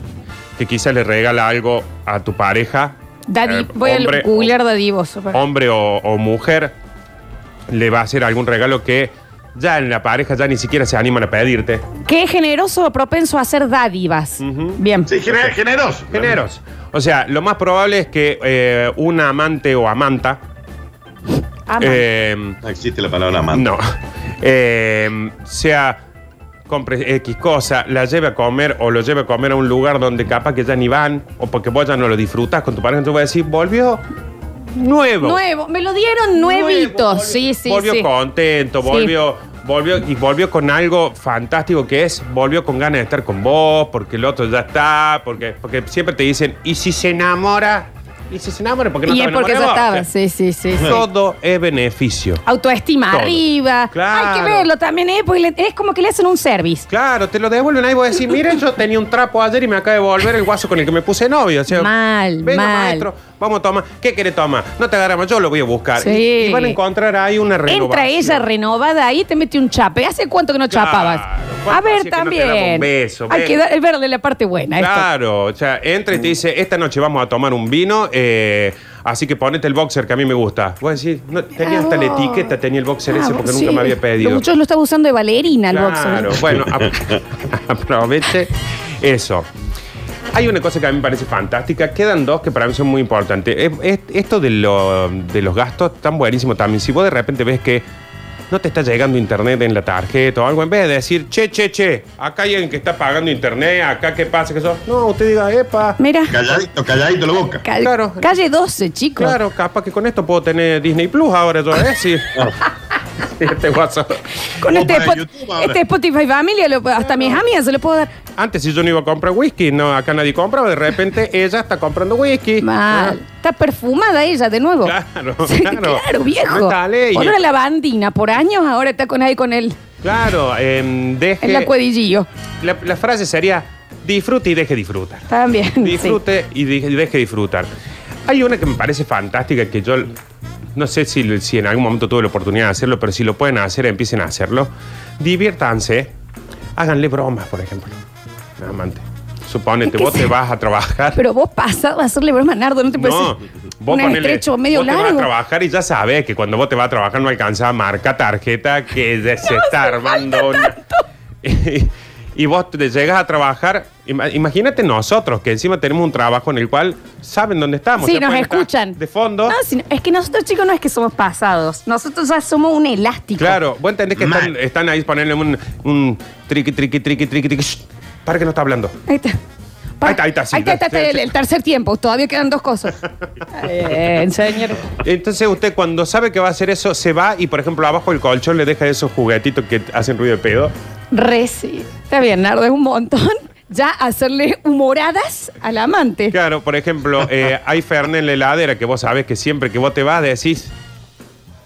[SPEAKER 3] que quizás le regala algo a tu pareja.
[SPEAKER 2] Dadi-
[SPEAKER 3] eh,
[SPEAKER 2] voy
[SPEAKER 3] hombre,
[SPEAKER 2] a googlear dadivoso. para-
[SPEAKER 3] hombre o, o mujer, le va a hacer algún regalo que ya en la pareja ya ni siquiera se animan a pedirte.
[SPEAKER 2] Que es generoso o propenso a hacer dádivas. Bien. Sí,
[SPEAKER 3] generoso. Generoso. O sea, lo más probable es que eh, una amante o amanta. Eh, no existe la palabra
[SPEAKER 9] Ah.
[SPEAKER 3] amante. No. Eh, sea compre X cosa, la lleve a comer o lo lleve a comer a un lugar donde capaz que ya ni van o porque vos ya no lo disfrutas con tu pareja, tú vas a decir, volvió nuevo.
[SPEAKER 2] Nuevo. Me lo dieron nuevito. sí, sí,
[SPEAKER 3] volvió
[SPEAKER 2] sí.
[SPEAKER 3] contento,
[SPEAKER 2] Sí.
[SPEAKER 3] volvió, volvió y volvió con algo fantástico que es, volvió con ganas de estar con vos, porque el otro ya está, porque, porque siempre te dicen, ¿y si se enamora? ¿Y si se enamora? Porque no
[SPEAKER 2] y
[SPEAKER 3] te
[SPEAKER 2] es porque ya
[SPEAKER 3] enamorás vos?
[SPEAKER 2] estaba.
[SPEAKER 3] O sea,
[SPEAKER 2] Sí, sí, sí. sí.
[SPEAKER 3] Todo es beneficio.
[SPEAKER 2] Autoestima
[SPEAKER 3] Todo.
[SPEAKER 2] arriba. Hay que
[SPEAKER 3] Claro.
[SPEAKER 2] verlo también, ¿eh? Porque le- es como que le hacen un service.
[SPEAKER 3] Claro, te lo devuelven ahí vos decís, miren, yo tenía un trapo ayer y me acaba de volver el guaso con el que me puse novio. O sea,
[SPEAKER 2] Mal,
[SPEAKER 3] venga,
[SPEAKER 2] mal.
[SPEAKER 3] maestro, vamos a tomar, ¿qué quiere tomar? No te agarramos, yo lo voy a buscar.
[SPEAKER 2] Sí.
[SPEAKER 3] Y, y van a encontrar ahí una renovación.
[SPEAKER 2] Entra ella renovada ahí y te mete un chape. ¿Hace cuánto que no
[SPEAKER 3] Claro,
[SPEAKER 2] chapabas? A
[SPEAKER 3] ¿cuánto hacía
[SPEAKER 2] ver,
[SPEAKER 3] que no te daba
[SPEAKER 2] también.
[SPEAKER 3] un beso?
[SPEAKER 2] Hay
[SPEAKER 3] Ven.
[SPEAKER 2] que dar- verle la parte buena. a esto.
[SPEAKER 3] Claro, o sea, entra y te dice, esta noche vamos a tomar un vino, eh, así que ponete el boxer que a mí me gusta. Vos decís, no, tenía hasta la
[SPEAKER 2] vos.
[SPEAKER 3] etiqueta, tenía el boxer ese
[SPEAKER 2] Ah,
[SPEAKER 3] porque
[SPEAKER 2] sí.
[SPEAKER 3] nunca me había pedido.
[SPEAKER 2] Lo- Yo lo estaba usando de bailarina el
[SPEAKER 3] Claro,
[SPEAKER 2] boxer. ¿eh?
[SPEAKER 3] bueno, ap- aproveche eso. Hay una cosa que a mí me parece fantástica. Quedan dos que para mí son muy importantes. Es- es- esto de, lo- de los gastos tan buenísimo también. Si vos de repente ves que no te está llegando internet en la tarjeta o algo, en vez de decir, che, che, che, acá hay alguien que está pagando internet, acá qué pasa, que eso. No, usted diga, epa.
[SPEAKER 2] Mira.
[SPEAKER 9] Calladito, calladito la boca.
[SPEAKER 2] Cal-
[SPEAKER 3] Claro.
[SPEAKER 2] Calle 12, chicos.
[SPEAKER 3] Claro, capaz que con esto puedo tener Disney Plus ahora, yo, ¿eh? Sí. este WhatsApp.
[SPEAKER 2] Con
[SPEAKER 9] Como
[SPEAKER 2] este,
[SPEAKER 9] para
[SPEAKER 2] Spot-
[SPEAKER 9] YouTube ahora.
[SPEAKER 2] este Spotify Familia, lo- hasta a mis amigas se lo puedo dar.
[SPEAKER 3] Antes, si yo no iba a comprar whisky, no, acá nadie compraba, de repente ella está comprando whisky.
[SPEAKER 2] Mal. Ah, Está perfumada ella de nuevo.
[SPEAKER 3] Claro,
[SPEAKER 2] Sí,
[SPEAKER 3] claro.
[SPEAKER 2] claro, viejo.
[SPEAKER 3] No está ley.
[SPEAKER 2] Olor a lavandina por años, ahora está con ahí con él.
[SPEAKER 3] Claro, em, deje.
[SPEAKER 2] El acuedillillo.
[SPEAKER 3] la, la frase sería: disfrute y deje disfrutar.
[SPEAKER 2] También. sí.
[SPEAKER 3] Disfrute y de- y deje disfrutar. Hay una que me parece fantástica que yo. No sé si, si en algún momento tuve la oportunidad de hacerlo, pero si lo pueden hacer, empiecen a hacerlo. Diviértanse. Háganle bromas, por ejemplo. Amante.
[SPEAKER 2] Es
[SPEAKER 3] Suponete,
[SPEAKER 2] que
[SPEAKER 3] vos te
[SPEAKER 2] sí.
[SPEAKER 3] vas a trabajar.
[SPEAKER 2] Pero vos pasado a hacerle broma a Nardo, ¿no te parece?
[SPEAKER 3] No, vos
[SPEAKER 2] Pues un
[SPEAKER 3] ponele-
[SPEAKER 2] estrecho medio
[SPEAKER 3] vos te
[SPEAKER 2] largo.
[SPEAKER 3] vas a trabajar y ya sabes que cuando vos te vas a trabajar no alcanza a marca tarjeta que de- se está armando una- y vos te llegas a trabajar, ima- imagínate nosotros que encima tenemos un trabajo en el cual saben dónde estamos.
[SPEAKER 2] Sí,
[SPEAKER 3] ya
[SPEAKER 2] nos
[SPEAKER 3] pueden estar
[SPEAKER 2] escuchan. Ah,
[SPEAKER 3] De fondo.
[SPEAKER 2] No, si no- es que nosotros, chicos, no es que somos pasados. Nosotros ya somos un elástico.
[SPEAKER 3] Claro, vos entendés que están,
[SPEAKER 9] Mal.
[SPEAKER 3] están ahí ponerle un, un triqui, triqui, triqui, triqui, triqui. shh, para que no está hablando.
[SPEAKER 2] Ahí está.
[SPEAKER 3] Ahí está, ahí está, sí,
[SPEAKER 2] ahí está,
[SPEAKER 3] ya-
[SPEAKER 2] está
[SPEAKER 3] ya-
[SPEAKER 2] el,
[SPEAKER 3] ya.
[SPEAKER 2] el tercer tiempo. Todavía quedan dos cosas. Eh, Está Bien, señor.
[SPEAKER 3] Entonces usted cuando sabe que va a hacer eso, se va y por ejemplo abajo del colchón le deja esos juguetitos que hacen ruido de pedo.
[SPEAKER 2] Reci. Está bien, Nardo, es un montón. Ya hacerle humoradas al amante.
[SPEAKER 3] Claro, por ejemplo, eh, hay Fernet en la heladera que vos sabés que siempre que vos te vas decís,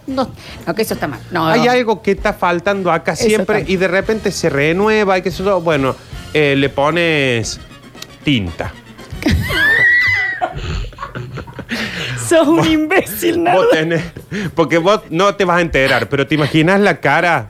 [SPEAKER 2] No, no, que eso está mal. No,
[SPEAKER 3] hay
[SPEAKER 2] no.
[SPEAKER 3] algo que está faltando acá
[SPEAKER 2] Eso
[SPEAKER 3] siempre
[SPEAKER 2] está.
[SPEAKER 3] y de repente se renueva y que eso, bueno, eh, le pones tinta.
[SPEAKER 2] Sos un imbécil,
[SPEAKER 3] Vos
[SPEAKER 2] Nardo.
[SPEAKER 3] tenés, porque vos no te vas a enterar, pero te imaginas la cara.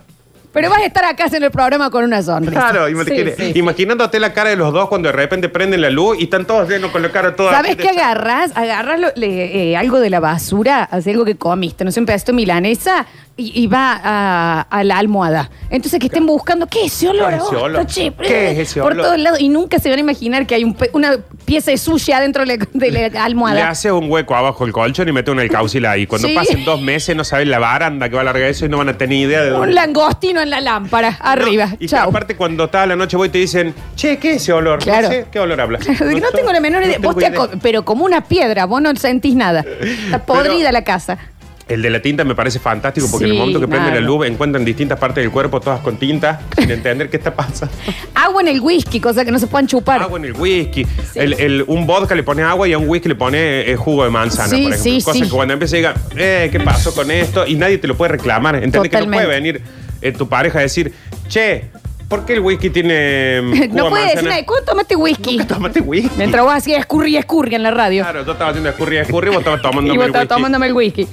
[SPEAKER 2] Pero vas a estar acá en el programa con una sonrisa.
[SPEAKER 3] Claro,
[SPEAKER 2] Sí,
[SPEAKER 3] imagínate-
[SPEAKER 2] sí.
[SPEAKER 3] imaginándote la cara de los dos cuando de repente prenden la luz y están todos llenos con la cara toda.
[SPEAKER 2] ¿Sabes qué agarras? Agarras lo- le- eh, algo de la basura, así algo que comiste, no sé, un pedacito de milanesa y, y va a, a la almohada. Entonces que estén buscando, ¿qué es ese olor?
[SPEAKER 3] ¿Qué es ese
[SPEAKER 2] Oh,
[SPEAKER 3] olor?
[SPEAKER 2] está che,
[SPEAKER 3] ¿Qué es ese
[SPEAKER 2] Por
[SPEAKER 3] olor?
[SPEAKER 2] todos lados. Y nunca se van a imaginar que hay un pe- una pieza de sushi adentro de la, de la
[SPEAKER 3] Le
[SPEAKER 2] almohada.
[SPEAKER 3] haces un hueco abajo el colchón y metes un alcaucil ahí. Cuando
[SPEAKER 2] Sí.
[SPEAKER 3] pasen dos meses no saben la baranda que va a largar eso y no van a tener ni idea de dónde.
[SPEAKER 2] Un langostino en la lámpara, arriba.
[SPEAKER 3] Y que
[SPEAKER 2] Chao.
[SPEAKER 3] aparte cuando está a la noche voy y te dicen, che, ¿qué es ese olor?
[SPEAKER 2] Claro.
[SPEAKER 3] No sé, ¿qué olor hablas?
[SPEAKER 2] De que no tengo la menor idea.
[SPEAKER 3] no
[SPEAKER 2] Vos te
[SPEAKER 3] tengo
[SPEAKER 2] aco- pero como una piedra, vos no sentís nada. Está podrida la casa.
[SPEAKER 3] El de la tinta me parece fantástico porque en el
[SPEAKER 2] Sí,
[SPEAKER 3] momento que prende la
[SPEAKER 2] claro.
[SPEAKER 3] luz encuentran distintas partes del cuerpo todas con tinta sin entender qué está pasando.
[SPEAKER 2] Agua en el whisky, cosa que no se puedan chupar.
[SPEAKER 3] Agua en el whisky. El- el- un vodka le pone agua y a un whisky le pone eh, jugo de manzana,
[SPEAKER 2] Sí,
[SPEAKER 3] por ejemplo.
[SPEAKER 2] sí,
[SPEAKER 3] Cosas
[SPEAKER 2] sí.
[SPEAKER 3] que cuando empieza digan, eh, ¿qué pasó con esto? Y nadie te lo puede reclamar. Entendés que no
[SPEAKER 2] Totalmente.
[SPEAKER 3] puede venir eh, tu pareja a decir, che, ¿por qué el whisky tiene mm, jugo
[SPEAKER 2] no puede
[SPEAKER 3] de manzana?
[SPEAKER 2] decir nada. ¿Cuándo tomaste whisky?
[SPEAKER 3] Nunca tomaste whisky.
[SPEAKER 2] Mientras vos hacías escurri escurri en la radio.
[SPEAKER 3] Claro, yo estaba haciendo escurri escurri y vos estabas tomando
[SPEAKER 2] y vos estabas tomándome el whisky.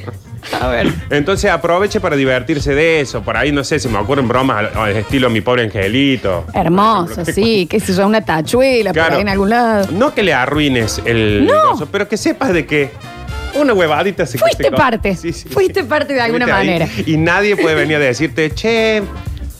[SPEAKER 2] A ver.
[SPEAKER 3] Entonces aproveche para divertirse de eso. Por ahí, no sé, se me ocurren bromas al, al estilo mi pobre angelito.
[SPEAKER 2] Hermoso, sí, qué sé yo, una tachuela por ahí en algún lado.
[SPEAKER 3] No que le arruines el
[SPEAKER 2] No.
[SPEAKER 3] gozo, pero que sepas de que una huevadita se
[SPEAKER 2] Fuiste
[SPEAKER 3] se co-
[SPEAKER 2] parte. Fuiste parte de alguna
[SPEAKER 3] ahí.
[SPEAKER 2] manera.
[SPEAKER 3] Y nadie puede venir a decirte, che,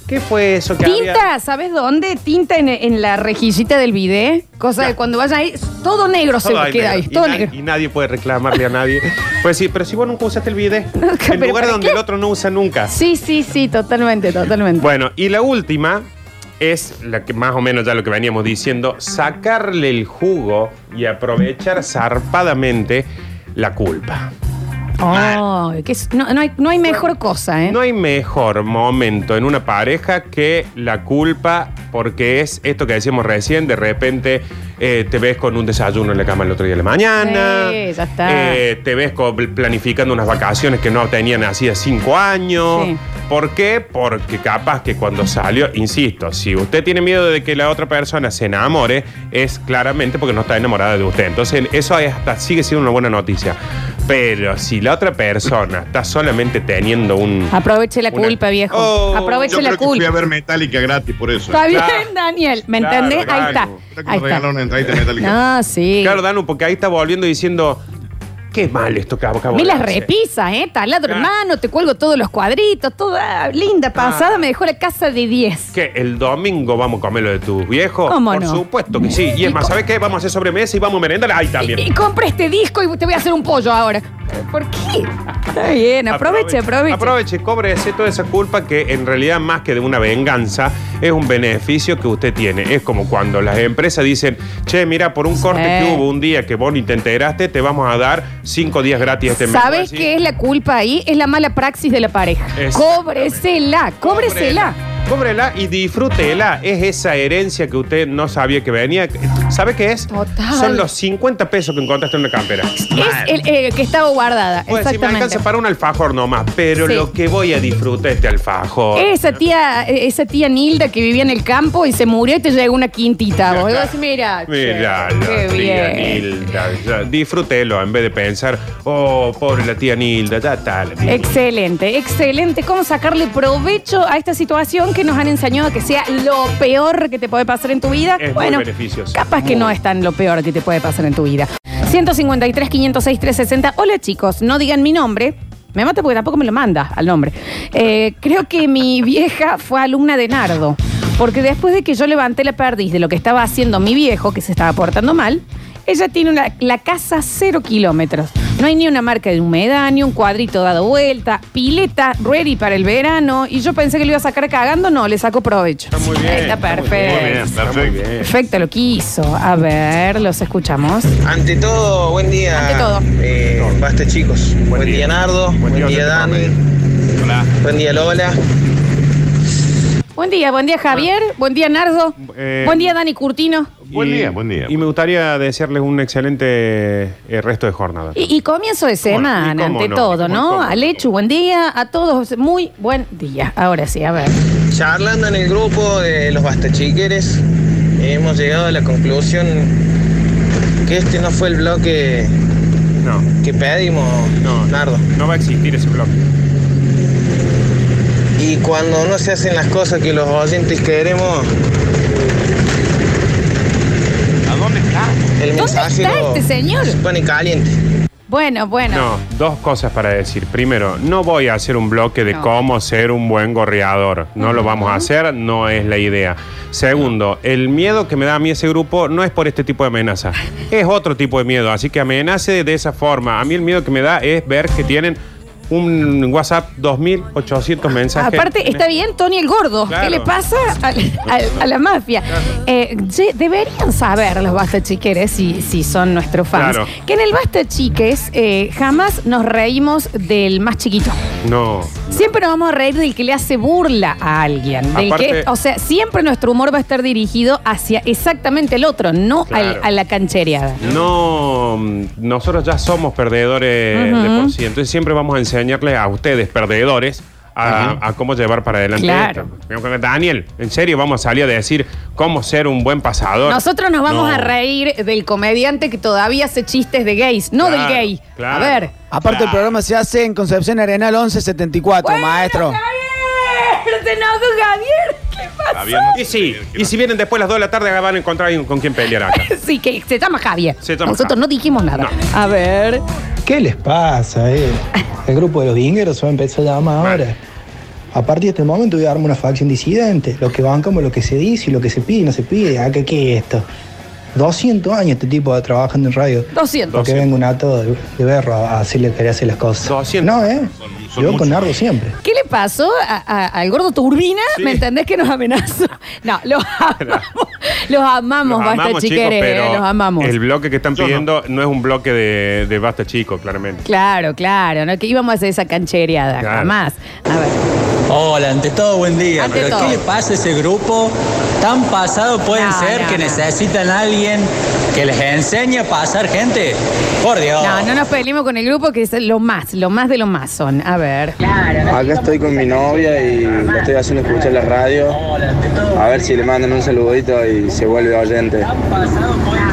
[SPEAKER 3] ¿qué fue eso que había?"
[SPEAKER 2] Tinta, ¿sabes dónde? Tinta en, en la rejillita del bidé. Cosa que cuando vayas ahí, todo negro
[SPEAKER 3] Todo
[SPEAKER 2] se
[SPEAKER 3] ahí
[SPEAKER 2] queda
[SPEAKER 3] negro.
[SPEAKER 2] ahí, todo
[SPEAKER 3] y, na-
[SPEAKER 2] negro.
[SPEAKER 3] y nadie puede reclamarle a nadie. Pues sí, pero si vos nunca usaste el bidet,
[SPEAKER 2] Nunca,
[SPEAKER 3] el
[SPEAKER 2] pero
[SPEAKER 3] lugar
[SPEAKER 2] ¿para
[SPEAKER 3] donde
[SPEAKER 2] qué?
[SPEAKER 3] el otro no usa nunca.
[SPEAKER 2] Sí, sí, sí, totalmente, totalmente.
[SPEAKER 3] Bueno, y la última es la que más o menos ya lo que veníamos diciendo, sacarle el jugo y aprovechar zarpadamente la culpa.
[SPEAKER 2] Ay, Oh, que es- no, no hay, no hay mejor cosa, ¿eh?
[SPEAKER 3] No hay mejor momento en una pareja que la culpa, porque es esto que decíamos recién, de repente eh, te ves con un desayuno en la cama el otro día de la mañana,
[SPEAKER 2] Sí, ya está.
[SPEAKER 3] eh, te ves co- planificando unas vacaciones que no tenían hacía cinco años,
[SPEAKER 2] Sí.
[SPEAKER 3] ¿Por qué? Porque capaz que cuando salió, insisto, si usted tiene miedo de que la otra persona se enamore, es claramente porque no está enamorada de usted. Entonces, eso es hasta sigue siendo una buena noticia. Pero si la otra persona está solamente teniendo un.
[SPEAKER 2] Aproveche la
[SPEAKER 3] Una-
[SPEAKER 2] culpa, viejo.
[SPEAKER 3] Oh,
[SPEAKER 2] Aproveche
[SPEAKER 9] yo
[SPEAKER 2] la
[SPEAKER 9] creo que fui a
[SPEAKER 2] culpa.
[SPEAKER 9] ver Metallica gratis por eso.
[SPEAKER 2] Está bien,
[SPEAKER 3] Claro.
[SPEAKER 2] Daniel. ¿Me
[SPEAKER 3] Claro,
[SPEAKER 2] entendés? Ahí está.
[SPEAKER 3] Danu.
[SPEAKER 2] Ahí
[SPEAKER 9] Regalar
[SPEAKER 2] está.
[SPEAKER 9] una entradita de Metallica.
[SPEAKER 2] No, sí.
[SPEAKER 3] Claro, Danu, porque ahí está volviendo diciendo. Qué mal esto que acabo
[SPEAKER 2] Vi
[SPEAKER 3] de
[SPEAKER 2] las
[SPEAKER 3] hacer".
[SPEAKER 2] repisas, ¿eh? Taladro,
[SPEAKER 3] Claro. Ah.
[SPEAKER 2] hermano, te cuelgo todos los cuadritos, toda linda pasada. Me dejó la casa de 10.
[SPEAKER 3] ¿Qué? ¿El domingo vamos a comer lo de tus viejos?
[SPEAKER 2] ¿Cómo
[SPEAKER 3] Por
[SPEAKER 2] no?
[SPEAKER 3] supuesto que sí. Y es más, ¿sabes qué? Vamos a hacer sobremesa y vamos a merendar ahí también.
[SPEAKER 2] Y compré este disco y te voy a hacer un pollo ahora. ¿Por qué? Está bien, aproveche, aproveche.
[SPEAKER 3] Aproveche, cóbrese toda esa culpa que en realidad más que de una venganza es un beneficio que usted tiene. Es como cuando las empresas dicen, che, mira, por un corte que hubo un día que vos ni te enteraste, te vamos a dar cinco días gratis este mes.
[SPEAKER 2] ¿Sabes
[SPEAKER 3] Así,
[SPEAKER 2] qué es la culpa ahí? Es la mala praxis de la pareja.
[SPEAKER 3] Exactamente.
[SPEAKER 2] Cóbresela, cóbresela.
[SPEAKER 3] Cóbrela y disfrútela. Es esa herencia que usted no sabía que venía. ¿Sabe qué es?
[SPEAKER 2] Total.
[SPEAKER 3] Son los 50 pesos que encontraste en una campera.
[SPEAKER 2] Es el eh, que estaba guardada.
[SPEAKER 3] Pues si me
[SPEAKER 2] Exactamente.
[SPEAKER 3] alcanza para un alfajor nomás, pero
[SPEAKER 2] Sí.
[SPEAKER 3] lo que voy a disfrutar es este alfajor.
[SPEAKER 2] Esa tía, esa tía Nilda que vivía en el campo y se murió y te llegó una quintita. Vos decís, mira, che,
[SPEAKER 3] Mira,
[SPEAKER 2] qué
[SPEAKER 3] la tía
[SPEAKER 2] bien.
[SPEAKER 3] Nilda. Ya, Disfrútelo en vez de pensar, oh, pobre la tía Nilda, ya está. la tía Nilda.
[SPEAKER 2] Excelente, excelente. ¿Cómo sacarle provecho a esta situación que nos han enseñado que sea lo peor que te puede pasar en tu vida?
[SPEAKER 3] Es muy
[SPEAKER 2] bueno,
[SPEAKER 3] beneficioso.
[SPEAKER 2] capaz que no es tan lo peor que te puede pasar en tu vida. 153, 506, 360. Hola chicos, no digan mi nombre. Me mata porque tampoco me lo manda al nombre. Eh, creo que mi vieja fue alumna de Nardo. Porque después de que yo levanté la perdiz de lo que estaba haciendo mi viejo, que se estaba portando mal, ella tiene una- la casa cero kilómetros. No hay ni una marca de humedad, ni un cuadrito dado vuelta, pileta ready para el verano. Y yo pensé que lo iba a sacar cagando, no, le saco provecho. Está
[SPEAKER 3] muy bien,
[SPEAKER 2] Está
[SPEAKER 3] está muy
[SPEAKER 2] perfecto.
[SPEAKER 9] Muy bien, perfecto.
[SPEAKER 2] Perfecto, lo quiso. A ver, los escuchamos.
[SPEAKER 7] Ante todo, buen día.
[SPEAKER 2] Ante todo.
[SPEAKER 7] Eh, basta, chicos. Buen, día. Nardo. Buen,
[SPEAKER 9] día,
[SPEAKER 7] día, Dani.
[SPEAKER 9] Hola.
[SPEAKER 7] Buen día, Lola.
[SPEAKER 2] Buen día, buen día Javier, buen día Nardo,
[SPEAKER 3] Eh,
[SPEAKER 2] buen día Dani Curtino.
[SPEAKER 9] Buen
[SPEAKER 3] Y-
[SPEAKER 9] día, buen día.
[SPEAKER 3] Y me gustaría desearles un excelente eh, resto de jornada.
[SPEAKER 2] Y, y comienzo de semana,
[SPEAKER 3] y cómo
[SPEAKER 2] ante
[SPEAKER 3] no,
[SPEAKER 2] todo,
[SPEAKER 3] y
[SPEAKER 2] ¿no?
[SPEAKER 3] cómo no.
[SPEAKER 2] Alechu, buen día. A todos, muy buen día. Ahora sí, a ver.
[SPEAKER 7] Charlando en el grupo de los bastachiqueres, hemos llegado a la conclusión que este no fue el bloque
[SPEAKER 3] No,
[SPEAKER 7] que pedimos,
[SPEAKER 3] No.
[SPEAKER 7] Nardo.
[SPEAKER 3] no va a existir ese bloque.
[SPEAKER 7] Y cuando no se hacen las cosas que los oyentes queremos,
[SPEAKER 9] ¿A dónde está?
[SPEAKER 7] el
[SPEAKER 2] ¿Dónde
[SPEAKER 7] mensaje
[SPEAKER 2] está
[SPEAKER 7] lo-
[SPEAKER 2] este señor?
[SPEAKER 7] se pone caliente.
[SPEAKER 2] Bueno, bueno.
[SPEAKER 3] No, dos cosas para decir. Primero, no voy a hacer un bloque de
[SPEAKER 2] No.
[SPEAKER 3] cómo ser un buen gorreador. No lo vamos a hacer, no es la idea. Segundo, el miedo que me da a mí ese grupo no es por este tipo de amenaza. Es otro tipo de miedo, así que amenace de esa forma. A mí el miedo que me da es ver que tienen un WhatsApp 2800 mensajes.
[SPEAKER 2] Aparte, está bien Tony el Gordo.
[SPEAKER 3] Claro.
[SPEAKER 2] ¿Qué le pasa al- al- a, la mafia? Eh, che, deberían saber los Basta Chiqueres, si, si son nuestros fans,
[SPEAKER 3] Claro.
[SPEAKER 2] que en el Basta Chiques eh, jamás nos reímos del más chiquito.
[SPEAKER 3] No.
[SPEAKER 2] Siempre nos vamos a reír del que le hace burla a alguien. Del
[SPEAKER 3] Aparte-
[SPEAKER 2] que, o sea, siempre nuestro humor va a estar dirigido hacia exactamente el otro, no
[SPEAKER 3] Claro.
[SPEAKER 2] al- a la canchereada.
[SPEAKER 3] No, mm, nosotros ya somos perdedores
[SPEAKER 2] Ujú.
[SPEAKER 3] de por sí, entonces siempre vamos a enseñarles a ustedes, perdedores, a, a cómo llevar para adelante
[SPEAKER 2] Claro.
[SPEAKER 3] esto. Daniel, en serio, vamos a salir a decir cómo ser un buen pasador.
[SPEAKER 2] Nosotros nos vamos
[SPEAKER 3] No.
[SPEAKER 2] a reír del comediante que todavía hace chistes de gays, no
[SPEAKER 3] Claro,
[SPEAKER 2] del gay.
[SPEAKER 3] claro.
[SPEAKER 2] A ver.
[SPEAKER 10] Aparte, el programa se hace en Concepción Arenal 1174, maestro.
[SPEAKER 2] Javier, te enojo, Javier. ¿Qué pasa?
[SPEAKER 9] Javier, no-
[SPEAKER 3] Y sí, y si vienen después a las 2 de la tarde, acá van a encontrar alguien con quien pelear acá.
[SPEAKER 2] Sí, que se llama Javier.
[SPEAKER 3] Se llama
[SPEAKER 2] Nosotros
[SPEAKER 3] Javier.
[SPEAKER 2] no dijimos nada. A ver.
[SPEAKER 11] ¿Qué les pasa, eh? El grupo de los vingueros se va a empezar a llamar ahora. A partir de este momento voy a darme una facción disidente. Lo que bancamos, lo que se dice y lo que se pide y no se pide. ¿A qué, qué es esto? 200 años este tipo trabajando en radio.
[SPEAKER 2] 200.
[SPEAKER 11] Porque vengo un ato de, de berro a hacerle querer hacer las cosas.
[SPEAKER 3] 200.
[SPEAKER 11] No, ¿eh?
[SPEAKER 9] son
[SPEAKER 11] Yo
[SPEAKER 9] muchos.
[SPEAKER 11] con Nardo siempre.
[SPEAKER 2] ¿Qué le pasó a- a- al gordo Turbina? ¿Me entendés que nos amenazó? No, los amamos. Los amamos,
[SPEAKER 3] Los
[SPEAKER 2] basta,
[SPEAKER 3] amamos, chicos,
[SPEAKER 2] chiqueres.
[SPEAKER 3] pero
[SPEAKER 2] eh, los amamos.
[SPEAKER 3] El bloque que están
[SPEAKER 9] Yo no.
[SPEAKER 3] pidiendo no. es un bloque de, de basta chico, claramente.
[SPEAKER 2] Claro, claro. ¿no? Que íbamos a hacer esa canchereada.
[SPEAKER 3] Claro.
[SPEAKER 2] Jamás. A ver.
[SPEAKER 12] Hola, ante todo buen día.
[SPEAKER 2] Ante
[SPEAKER 12] Pero
[SPEAKER 2] todo.
[SPEAKER 12] ¿qué le pasa a ese grupo? Tan pasado pueden
[SPEAKER 2] No,
[SPEAKER 12] ser
[SPEAKER 2] no,
[SPEAKER 12] que
[SPEAKER 2] no.
[SPEAKER 12] necesitan a alguien Que les enseñe a pasar gente. Por Dios.
[SPEAKER 2] No, no nos peleemos con el grupo que es lo más, lo más de lo más son. A ver.
[SPEAKER 13] Acá estoy con mi novia y la estoy haciendo escuchar la radio. A ver si le mandan un saludito y se vuelve oyente.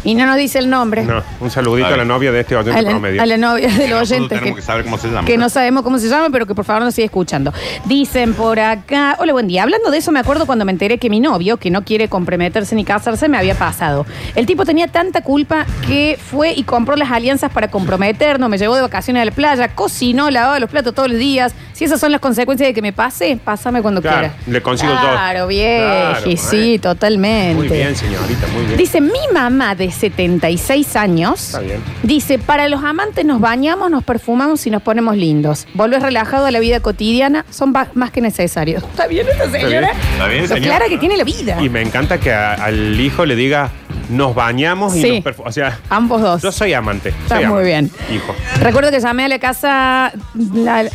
[SPEAKER 2] Y no nos dice el nombre.
[SPEAKER 3] No, un saludito a, la novia de este oyente
[SPEAKER 2] A la,
[SPEAKER 3] promedio.
[SPEAKER 2] a la novia del oyente
[SPEAKER 9] Tenemos
[SPEAKER 2] que,
[SPEAKER 9] que saber cómo se llama.
[SPEAKER 2] que no sabemos cómo se llama, pero que por favor nos sigue escuchando. Dicen por acá, hola, buen día. Hablando de eso, me acuerdo cuando me enteré que mi novio, que no quiere comprometerse ni casarse, me había pasado. El tipo tenía tanta culpa que fue y compró las alianzas para comprometernos, me llevó de vacaciones a la playa, cocinó, lavaba los platos todos los días. Si esas son las consecuencias de que me pase, pásame cuando
[SPEAKER 3] Claro,
[SPEAKER 2] quieras.
[SPEAKER 3] le consigo todo.
[SPEAKER 2] Claro, viejo,
[SPEAKER 3] Claro,
[SPEAKER 2] y sí, totalmente.
[SPEAKER 3] Muy bien, señorita, muy bien.
[SPEAKER 2] Dice, mi mamá de 76 años
[SPEAKER 3] Está bien.
[SPEAKER 2] dice, para los amantes nos bañamos, nos perfumamos y nos ponemos lindos. Volvés relajado a la vida cotidiana, son ba- más que necesarios. ¿Está bien esta señora?
[SPEAKER 3] Está bien,
[SPEAKER 2] Lo
[SPEAKER 3] señora.
[SPEAKER 2] clara que tiene la vida.
[SPEAKER 3] Y me encanta que a- al hijo le diga, nos bañamos y
[SPEAKER 2] Sí.
[SPEAKER 3] nos perfu-". O sea,
[SPEAKER 2] Ambos dos.
[SPEAKER 3] yo soy amante.
[SPEAKER 2] Está
[SPEAKER 3] soy
[SPEAKER 2] muy
[SPEAKER 3] amante, Hijo.
[SPEAKER 2] Recuerdo que llamé a la casa, la-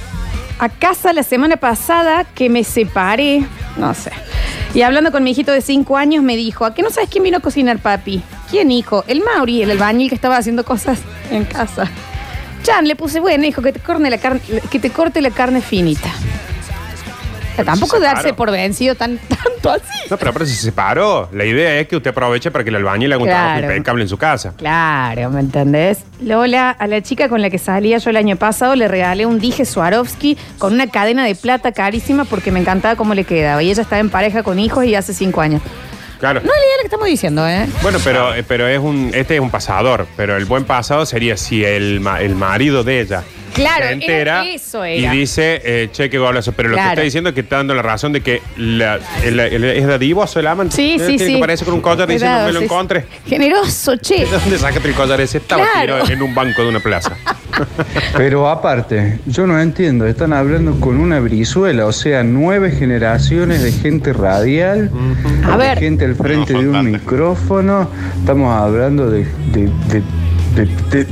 [SPEAKER 2] a casa la semana pasada que me separé, no sé. Y hablando con mi hijito de 5 años me dijo, ¿a qué no sabes quién vino a cocinar, papi? ¿Quién hijo? El Mauri, el albañil que estaba haciendo cosas en casa. Chan, le puse, bueno, hijo, que te corte la carne, que te corte la carne finita. O sea, tampoco darse por vencido tan, tanto así.
[SPEAKER 3] No, pero aparte se separó. La idea es que usted aproveche para que el albañil haga un
[SPEAKER 2] Claro.
[SPEAKER 3] trabajo impecable en su casa.
[SPEAKER 2] Claro, ¿me entendés? Lola, a la chica con la que salía yo el año pasado le regalé un dije Swarovski con una cadena de plata carísima porque me encantaba cómo le quedaba. Y ella estaba en pareja con hijos y hace cinco años.
[SPEAKER 3] Claro.
[SPEAKER 2] No es la idea lo que estamos diciendo, ¿eh?
[SPEAKER 3] Bueno, pero, eh, pero es un, este es un pasador. Pero el buen pasado sería si el, ma- el marido de ella
[SPEAKER 2] Claro,
[SPEAKER 3] se
[SPEAKER 2] era-
[SPEAKER 3] entera
[SPEAKER 2] eso era.
[SPEAKER 3] y dice, eh, che, qué golazo. Pero lo que
[SPEAKER 2] Claro.
[SPEAKER 3] está diciendo es que está dando la razón de que la, el- el- es dadivoso el amante.
[SPEAKER 2] Sí,
[SPEAKER 3] Eh,
[SPEAKER 2] sí,
[SPEAKER 3] tiene
[SPEAKER 2] sí.
[SPEAKER 3] que parece con un collar diciendo,
[SPEAKER 2] Cuidado,
[SPEAKER 3] me lo
[SPEAKER 2] sí, sí.
[SPEAKER 3] encontré.
[SPEAKER 2] Generoso, che.
[SPEAKER 3] ¿De dónde sacaste el collar ese? Estaba
[SPEAKER 2] Claro.
[SPEAKER 3] tirado en un banco de una plaza.
[SPEAKER 4] Pero aparte, yo no entiendo, están hablando con una brizuela, o sea, nueve generaciones de gente radial,
[SPEAKER 2] A
[SPEAKER 4] de
[SPEAKER 2] ver.
[SPEAKER 4] gente al frente de un micrófono, estamos hablando de... de, de de, de-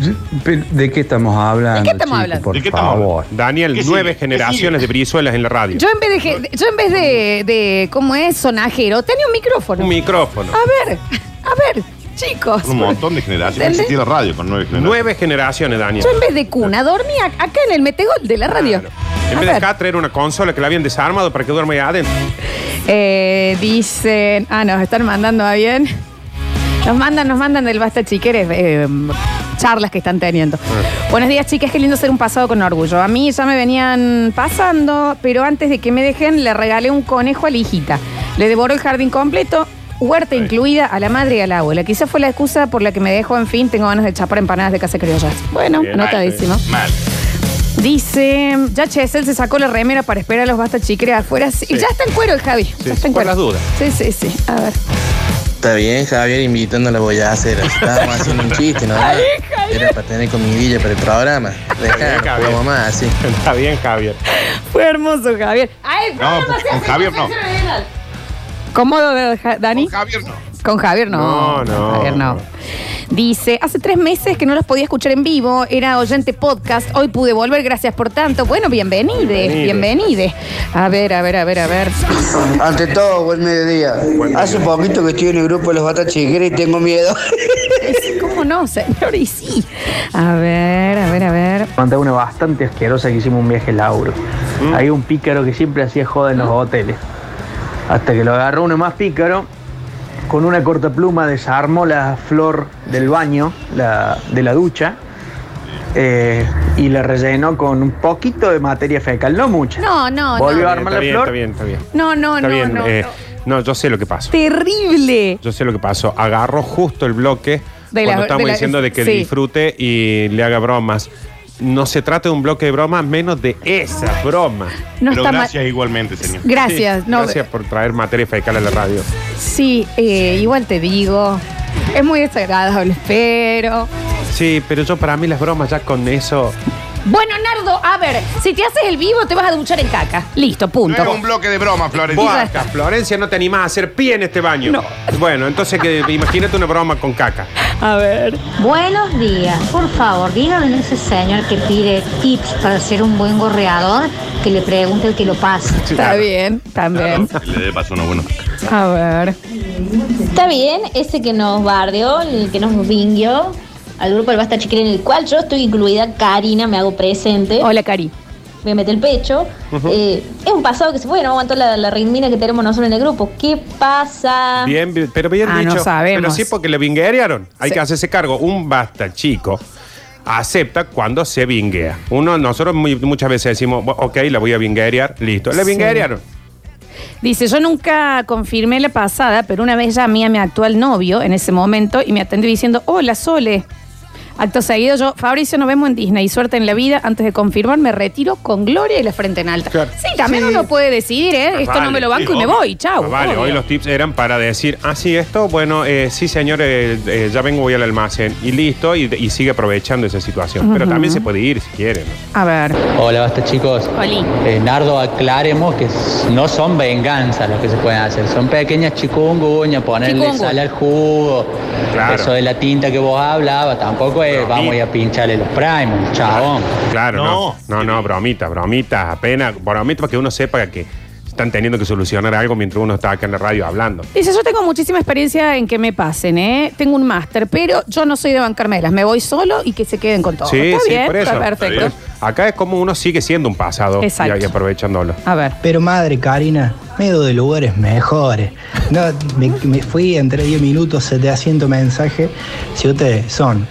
[SPEAKER 4] de- ¿de qué estamos hablando?
[SPEAKER 2] ¿De qué estamos hablando?
[SPEAKER 4] Por
[SPEAKER 2] ¿De qué estamos
[SPEAKER 4] favor.
[SPEAKER 3] Daniel, nueve generaciones de brizuelas en la radio.
[SPEAKER 2] Yo en vez de, ge- yo en vez de, de- ¿cómo es? Sonajero, tenía un micrófono.
[SPEAKER 3] Un micrófono.
[SPEAKER 2] A ver, a ver, chicos.
[SPEAKER 9] Un montón de generaciones.
[SPEAKER 2] ¿Entendés?
[SPEAKER 9] Existía la radio con nueve generaciones.
[SPEAKER 3] Nueve generaciones, Daniel.
[SPEAKER 2] Yo en vez de cuna dormía acá en el metegol de la radio.
[SPEAKER 3] En vez de acá traer una consola que la habían desarmado para que duerma ahí adentro.
[SPEAKER 2] Eh, dicen. Ah, nos están mandando a bien. Nos mandan, nos mandan del basta chiqueres eh, charlas que están teniendo. Buenos días, chicas. Qué lindo ser un pasado con orgullo. A mí ya me venían pasando, pero antes de que me dejen, le regalé un conejo a la hijita. Le devoró el jardín completo. Huerta incluida a la madre y a la abuela. Quizás fue la excusa por la que me dejó, en fin, tengo ganas de chapar empanadas de casa criollas. Bueno,
[SPEAKER 9] Bien.
[SPEAKER 2] anotadísimo.
[SPEAKER 9] Mal.
[SPEAKER 2] Dice, ya Chesel se sacó la remera para esperar a los basta chiqueres afuera. Sí,
[SPEAKER 7] Sí.
[SPEAKER 2] Ya está en cuero el Javi. ya está en
[SPEAKER 7] por
[SPEAKER 2] cuero.
[SPEAKER 7] las dudas.
[SPEAKER 2] Sí, sí, sí. A ver.
[SPEAKER 7] Está bien, Javier, invitándola voy a hacer. Estábamos haciendo un chiste, ¿no? Era para tener comidilla para el programa. Dejá,
[SPEAKER 3] Javier.
[SPEAKER 7] jugamos más, así.
[SPEAKER 3] Está bien, Javier.
[SPEAKER 2] Fue hermoso, Javier. Ay,
[SPEAKER 3] No,
[SPEAKER 2] no,
[SPEAKER 3] con Javier no.
[SPEAKER 2] ¿Cómo, de- Ja- Dani? Con Javier no. Con Javier no.
[SPEAKER 3] No, no.
[SPEAKER 2] Javier no. Dice, hace tres meses que no los podía escuchar en vivo, era oyente podcast, hoy pude volver, gracias por tanto. Bueno, bienvenide, bienvenide. A ver, a ver, a ver, a ver.
[SPEAKER 14] Ante todo, buen mediodía. Hace un poquito que estoy en el grupo de los Batas Chiqueres y tengo miedo.
[SPEAKER 2] Sí, ¿Cómo no, señor? Y sí. A ver, a ver, a ver.
[SPEAKER 15] Conté una bastante asquerosa que hicimos un viaje Lauro. Hay un pícaro que siempre hacía joda en los hoteles. Hasta que lo agarró uno más pícaro, con una corta pluma desarmó la flor del baño, la, de la ducha, eh, y la rellenó con un poquito de materia fecal, no mucha.
[SPEAKER 2] No, no,
[SPEAKER 15] Volvió
[SPEAKER 2] no.
[SPEAKER 15] a armar
[SPEAKER 3] Está
[SPEAKER 15] la
[SPEAKER 3] bien,
[SPEAKER 15] flor.
[SPEAKER 3] está bien, está bien.
[SPEAKER 2] No, no,
[SPEAKER 3] Está
[SPEAKER 2] no,
[SPEAKER 3] bien,
[SPEAKER 2] no,
[SPEAKER 3] eh,
[SPEAKER 2] no.
[SPEAKER 3] no, yo sé lo que pasó.
[SPEAKER 2] Terrible.
[SPEAKER 3] Yo sé lo que pasó. Agarró justo el bloque
[SPEAKER 2] De la-
[SPEAKER 3] cuando estamos
[SPEAKER 2] de la-
[SPEAKER 3] diciendo de que
[SPEAKER 2] sí.
[SPEAKER 3] disfrute y le haga bromas. No se trata de un bloque de bromas, menos de esa broma.
[SPEAKER 2] No Pero está mal.
[SPEAKER 3] gracias igualmente, señor.
[SPEAKER 2] Gracias, no-
[SPEAKER 3] gracias por traer materia fecal a la radio.
[SPEAKER 2] Sí, eh, igual te digo. Es muy desagradable, pero.
[SPEAKER 3] Sí, pero yo para mí las bromas ya con eso...
[SPEAKER 2] Bueno, Nardo, a ver, si te haces el vivo, te vas a duchar en caca. Listo, punto.
[SPEAKER 3] bloque de bromas, Florencia.
[SPEAKER 2] Y ya está.
[SPEAKER 3] Florencia, no te animás a hacer pie en este baño. Bueno, entonces que, imagínate una broma con caca.
[SPEAKER 2] A ver.
[SPEAKER 16] Buenos días. Por favor, díganle a ese señor que pide tips para ser un buen gorreador que le pregunte el que lo pase.
[SPEAKER 2] Está bien, también.
[SPEAKER 9] Le debe pasar uno bueno.
[SPEAKER 2] A ver.
[SPEAKER 5] Está bien, ese que nos bardeó, el que nos vinguió al grupo del Basta Chiquero, en el cual yo estoy incluida, Karina, me hago presente.
[SPEAKER 2] Hola, Cari.
[SPEAKER 5] Me mete el pecho.
[SPEAKER 3] Ujú.
[SPEAKER 5] Eh, es un pasado que se fue, no aguantó la, la ritmina que tenemos nosotros en el grupo. ¿Qué pasa?
[SPEAKER 3] Bien, bien, pero bien
[SPEAKER 5] Ah, no
[SPEAKER 3] dicho.
[SPEAKER 5] sabemos.
[SPEAKER 3] Pero sí, porque le vinguearon. Hay
[SPEAKER 5] Sí.
[SPEAKER 3] que hacerse cargo. Un basta, chico. Acepta cuando se vinguea. Uno, nosotros muy- muchas veces decimos, "Bu- ok, la voy a vinguear, listo. Le
[SPEAKER 2] Sí.
[SPEAKER 3] vinguearon.
[SPEAKER 2] Dice, yo nunca confirmé la pasada, pero una vez llamé a mi actual novio en ese momento y me atendió diciendo, hola, Sole. Acto seguido yo, Fabricio, nos vemos en Disney. Suerte en la vida. Antes de confirmar, me retiro con gloria y la frente en alta. Sí, también uno puede decidir, ¿eh? Esto no
[SPEAKER 3] Vale,
[SPEAKER 2] me lo banco
[SPEAKER 3] sí,
[SPEAKER 2] y me
[SPEAKER 3] obvio.
[SPEAKER 2] voy. Chau.
[SPEAKER 3] Ah, vale,
[SPEAKER 2] obvio.
[SPEAKER 3] hoy los tips eran para decir, ah, sí, esto, bueno, eh, sí, señor, eh, eh, ya vengo, voy al almacén. Y listo, y, y sigue aprovechando esa situación. Pero
[SPEAKER 2] Ujú.
[SPEAKER 3] también se puede ir si quiere. ¿no?
[SPEAKER 2] A ver.
[SPEAKER 12] Hola, basta chicos.
[SPEAKER 2] Oli.
[SPEAKER 12] Eh, Nardo, aclaremos que s- no son venganzas lo que se pueden hacer, son pequeñas chikunguñas, ponerle
[SPEAKER 17] Chikungu.
[SPEAKER 12] sal al jugo,
[SPEAKER 17] Claro.
[SPEAKER 12] eso de la tinta que vos hablabas, tampoco es vamos a ir a pincharle los primos, chabón.
[SPEAKER 3] Claro, no. No, no, bromita, bromita, apenas, bromita para que uno sepa que están teniendo que solucionar algo mientras uno está acá en la radio hablando.
[SPEAKER 2] Dice, yo tengo muchísima experiencia en que me pasen, ¿eh? Tengo un máster, pero yo no soy de bancarme las. Me voy solo y que se queden con todo.
[SPEAKER 3] Sí,
[SPEAKER 2] Está
[SPEAKER 3] sí,
[SPEAKER 2] bien,
[SPEAKER 3] por eso.
[SPEAKER 2] está perfecto.
[SPEAKER 3] Por eso. Acá es como uno sigue siendo un pasado y-
[SPEAKER 2] Exacto.
[SPEAKER 3] y aprovechándolo.
[SPEAKER 2] A ver.
[SPEAKER 11] Pero madre, Karina, medio de lugares mejores. No, me, me fui entre 10 minutos, 700 mensajes. Si ustedes son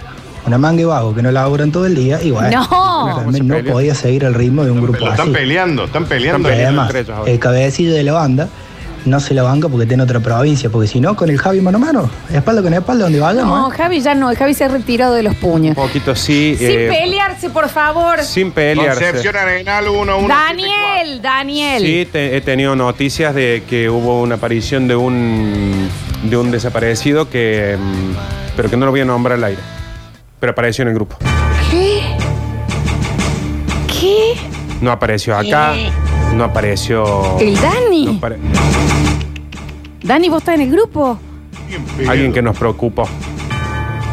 [SPEAKER 11] una manga y vago que no laburan todo el día, igual.
[SPEAKER 2] No.
[SPEAKER 11] no podía seguir el ritmo de un grupo
[SPEAKER 9] Están
[SPEAKER 11] así.
[SPEAKER 9] peleando, están peleando.
[SPEAKER 11] Y además, el cabecillo de la banda no se la banca porque tiene otra provincia, porque si no, con el Javi mano a mano, espalda con espalda, donde vayamos. ¿eh?
[SPEAKER 2] No, Javi ya no. Javi se ha retirado de los puños.
[SPEAKER 3] Un poquito sí.
[SPEAKER 2] Sin
[SPEAKER 3] eh,
[SPEAKER 2] pelearse, por favor.
[SPEAKER 3] sin pelearse.
[SPEAKER 9] Concepción Arenal 1
[SPEAKER 2] Daniel, Daniel.
[SPEAKER 3] Sí, te- he tenido noticias de que hubo una aparición de un de un desaparecido que mm, pero que no lo voy a nombrar al aire. Pero apareció en el grupo.
[SPEAKER 2] ¿Qué? ¿Qué?
[SPEAKER 3] No apareció acá,
[SPEAKER 2] Eh.
[SPEAKER 3] no apareció
[SPEAKER 2] ¿El Dani?
[SPEAKER 3] no apare-
[SPEAKER 2] Dani, ¿vos estás en el grupo?
[SPEAKER 3] alguien que nos preocupa.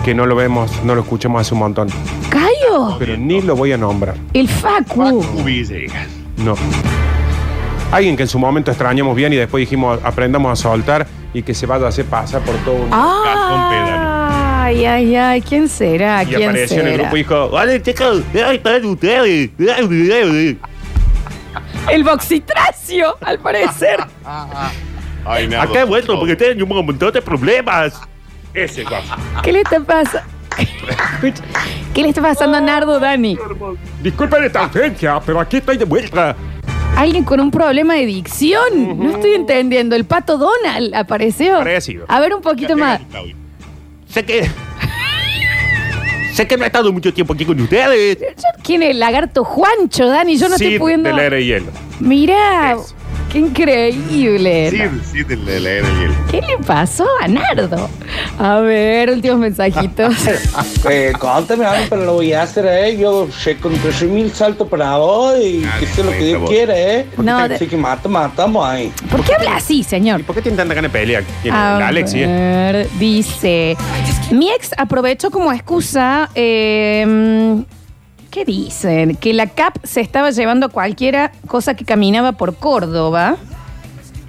[SPEAKER 3] Que no lo vemos, no lo escuchamos hace un montón.
[SPEAKER 2] Cayo.
[SPEAKER 3] Pero ni lo voy a nombrar.
[SPEAKER 2] El Facu.
[SPEAKER 3] No. Alguien que en su momento extrañamos bien y después dijimos aprendamos a soltar y que se vaya a hacer pasar por todo
[SPEAKER 2] Ah,
[SPEAKER 3] un
[SPEAKER 2] Ay, ay, ay. ¿Quién será?
[SPEAKER 3] Y
[SPEAKER 2] ¿Quién
[SPEAKER 3] apareció en el
[SPEAKER 2] será?
[SPEAKER 3] grupo y dijo, vale, chicos, ay, para ustedes.
[SPEAKER 2] El boxitracio, al parecer.
[SPEAKER 9] Ay, Nardo.
[SPEAKER 3] Acá he vuelto porque tengo un montón de problemas. Ese cosa.
[SPEAKER 2] ¿Qué le está pasando? ¿Qué le está pasando a Nardo, Dani?
[SPEAKER 3] Disculpen esta ausencia, pero aquí estoy de vuelta.
[SPEAKER 2] Alguien con un problema de dicción. No estoy entendiendo. El pato Donald apareció.
[SPEAKER 3] Parecido.
[SPEAKER 2] A ver un poquito más.
[SPEAKER 3] Sé que. sé que no he estado mucho tiempo aquí con ustedes.
[SPEAKER 2] ¿Quién es el lagarto Juancho, Dani? Yo no
[SPEAKER 3] Sid
[SPEAKER 2] estoy pudiendo.
[SPEAKER 3] del aire y hielo.
[SPEAKER 2] Mirá, qué increíble.
[SPEAKER 9] Sí, sí, del del aire y hielo.
[SPEAKER 2] ¿Qué le pasó a Nardo? A ver, últimos mensajitos.
[SPEAKER 17] Eh, contame algo, pero lo voy a hacer, ¿eh? Yo sé con 13 mil salto para hoy, que sea lo que Dios quiera, ¿eh?
[SPEAKER 2] No, de-
[SPEAKER 17] Así que mata, matamos ahí.
[SPEAKER 2] ¿Por qué habla así, señor?
[SPEAKER 3] ¿Por qué tiene tanta ganas de pelear? ¿Quién es?
[SPEAKER 2] A
[SPEAKER 3] ¿La Alexi? eh?
[SPEAKER 2] ver, dice, mi ex aprovechó como excusa, eh, ¿qué dicen? Que la CAP se estaba llevando a cualquiera cosa que caminaba por Córdoba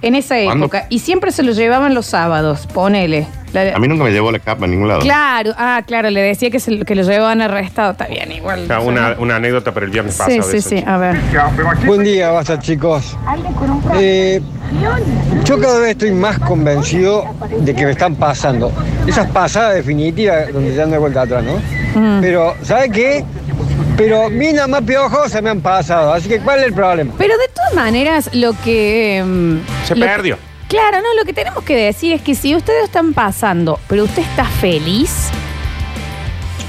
[SPEAKER 2] en esa
[SPEAKER 9] ¿Cuándo?
[SPEAKER 2] época y siempre se lo llevaban los sábados, ponele. La-
[SPEAKER 9] A mí nunca me llevó la capa a ningún lado.
[SPEAKER 2] Claro, ah, claro, le decía que, se, que lo llevaban arrestado, está bien, igual.
[SPEAKER 3] O sea, una, una anécdota para el viernes
[SPEAKER 2] sí,
[SPEAKER 3] pasado. de
[SPEAKER 2] sí,
[SPEAKER 3] eso.
[SPEAKER 2] sí, a ver.
[SPEAKER 18] Buen día, basta chicos. Eh, yo cada vez estoy más convencido de que me están pasando. Esas pasadas definitivas donde ya no hay vuelta atrás, ¿no? Pero, ¿sabe qué? Pero minas más piojos se me han pasado, así que ¿cuál es el problema?
[SPEAKER 2] Pero de todas maneras, lo que... em,
[SPEAKER 18] Se
[SPEAKER 2] lo-
[SPEAKER 18] perdió.
[SPEAKER 2] Claro, no, lo que tenemos que decir es que si ustedes están pasando, pero usted está feliz,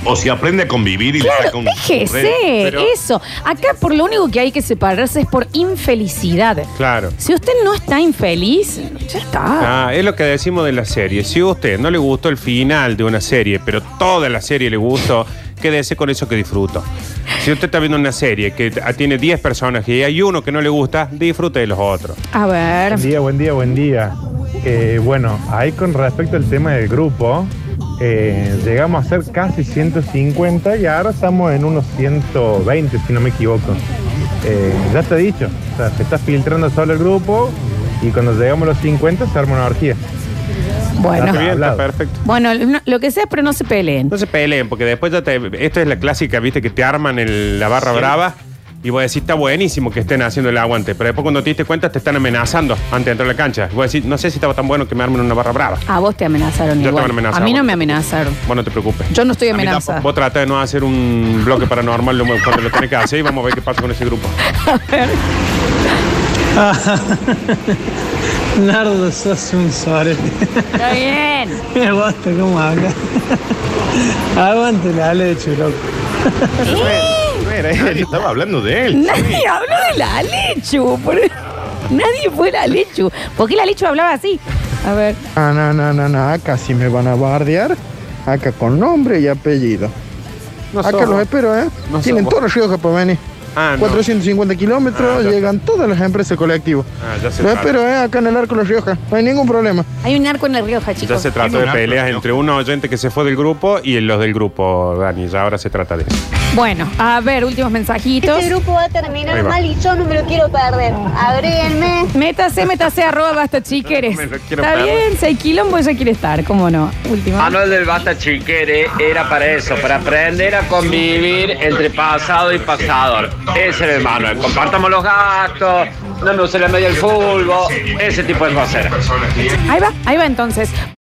[SPEAKER 9] O si aprende a convivir y le saca un.
[SPEAKER 2] déjese
[SPEAKER 9] Pero-
[SPEAKER 2] eso. Acá por lo único que hay que separarse es por infelicidad.
[SPEAKER 3] Claro.
[SPEAKER 2] Si usted no está infeliz, ya está.
[SPEAKER 3] Ah, es lo que decimos de la serie. Si a usted no le gustó el final de una serie, pero toda la serie le gustó, quédese con eso que disfruto. Si usted está viendo una serie que t- tiene 10 personajes y hay uno que no le gusta, disfrute de los otros.
[SPEAKER 2] A ver.
[SPEAKER 19] Buen día, buen día, buen día. Eh, bueno, ahí con respecto al tema del grupo, eh, llegamos a ser casi 150 y ahora estamos en unos 120, si no me equivoco. Eh, ya te he dicho, o sea, se está filtrando solo el grupo
[SPEAKER 20] Y cuando llegamos a los 50 se arma una orgía.
[SPEAKER 2] Bueno.
[SPEAKER 3] Está bien, está
[SPEAKER 20] Hablado.
[SPEAKER 3] perfecto.
[SPEAKER 2] Bueno, no- lo que sea, pero no se peleen.
[SPEAKER 3] No se peleen, porque después ya te. Esta es la clásica, viste, que te arman el- la barra
[SPEAKER 2] Sí.
[SPEAKER 3] brava. Y vos decís, está buenísimo que estén haciendo el aguante. Pero después, cuando te diste cuenta, te están amenazando antes de entrar a la cancha. Y vos decís, no sé si estaba tan bueno que me armen una barra brava.
[SPEAKER 2] A vos te amenazaron
[SPEAKER 3] Yo te
[SPEAKER 2] igual.
[SPEAKER 3] amenazaba.
[SPEAKER 2] a mí no me amenazaron.
[SPEAKER 3] Vos no te preocupes.
[SPEAKER 2] Yo no estoy
[SPEAKER 3] A mí
[SPEAKER 2] amenazada.
[SPEAKER 3] tampoco. Vos tratá de no hacer un bloque paranormal lo- cuando lo tenés que hacer y vamos a ver qué pasa con ese grupo.
[SPEAKER 11] Nardo, sos un sorete.
[SPEAKER 2] Está bien.
[SPEAKER 11] Me gusta cómo habla. Aguante la leche, loco.
[SPEAKER 9] Nadie estaba hablando de él.
[SPEAKER 2] Nadie habló de la Lechu. por- Nadie fue la Lechu. ¿Por qué la Lechu hablaba así? A ver.
[SPEAKER 7] Ah, no, no, no, no, acá sí me van a bardear. Acá con nombre y apellido.
[SPEAKER 3] No
[SPEAKER 7] acá
[SPEAKER 3] somos.
[SPEAKER 7] los espero, ¿eh?
[SPEAKER 3] No
[SPEAKER 7] Tienen
[SPEAKER 3] somos.
[SPEAKER 7] todo el Rioja para venir.
[SPEAKER 3] Ah, no.
[SPEAKER 7] 450 kilómetros,
[SPEAKER 3] Ah, ya
[SPEAKER 7] llegan todas las empresas colectivas.
[SPEAKER 3] Ah, ya se
[SPEAKER 7] los
[SPEAKER 3] trata.
[SPEAKER 7] espero, ¿eh? Acá en el arco Los Rioja. No hay ningún problema.
[SPEAKER 2] Hay un arco en el Rioja,
[SPEAKER 3] Ya
[SPEAKER 2] chicos.
[SPEAKER 3] se trató de peleas entre un oyente que se fue del grupo y los del grupo, Dani. Ya ahora se trata de eso.
[SPEAKER 2] Bueno, a ver, últimos mensajitos. Este grupo va a
[SPEAKER 3] Ahí
[SPEAKER 2] terminar
[SPEAKER 3] va. mal
[SPEAKER 2] y yo no me lo quiero perder. Agréguenme. Métase, métase, arroba basta chiqueres.
[SPEAKER 11] No me lo quiero
[SPEAKER 2] Está
[SPEAKER 11] perder.
[SPEAKER 2] bien, si hay quilombo ella quiere estar, cómo no. Último.
[SPEAKER 11] Manuel del Basta Chiquere era para eso, para aprender a convivir entre pasado y pasador. Ese era el Manuel. Compartamos los gastos, no me use la media del fútbol, ese tipo de cosas.
[SPEAKER 2] Ahí va, ahí va entonces.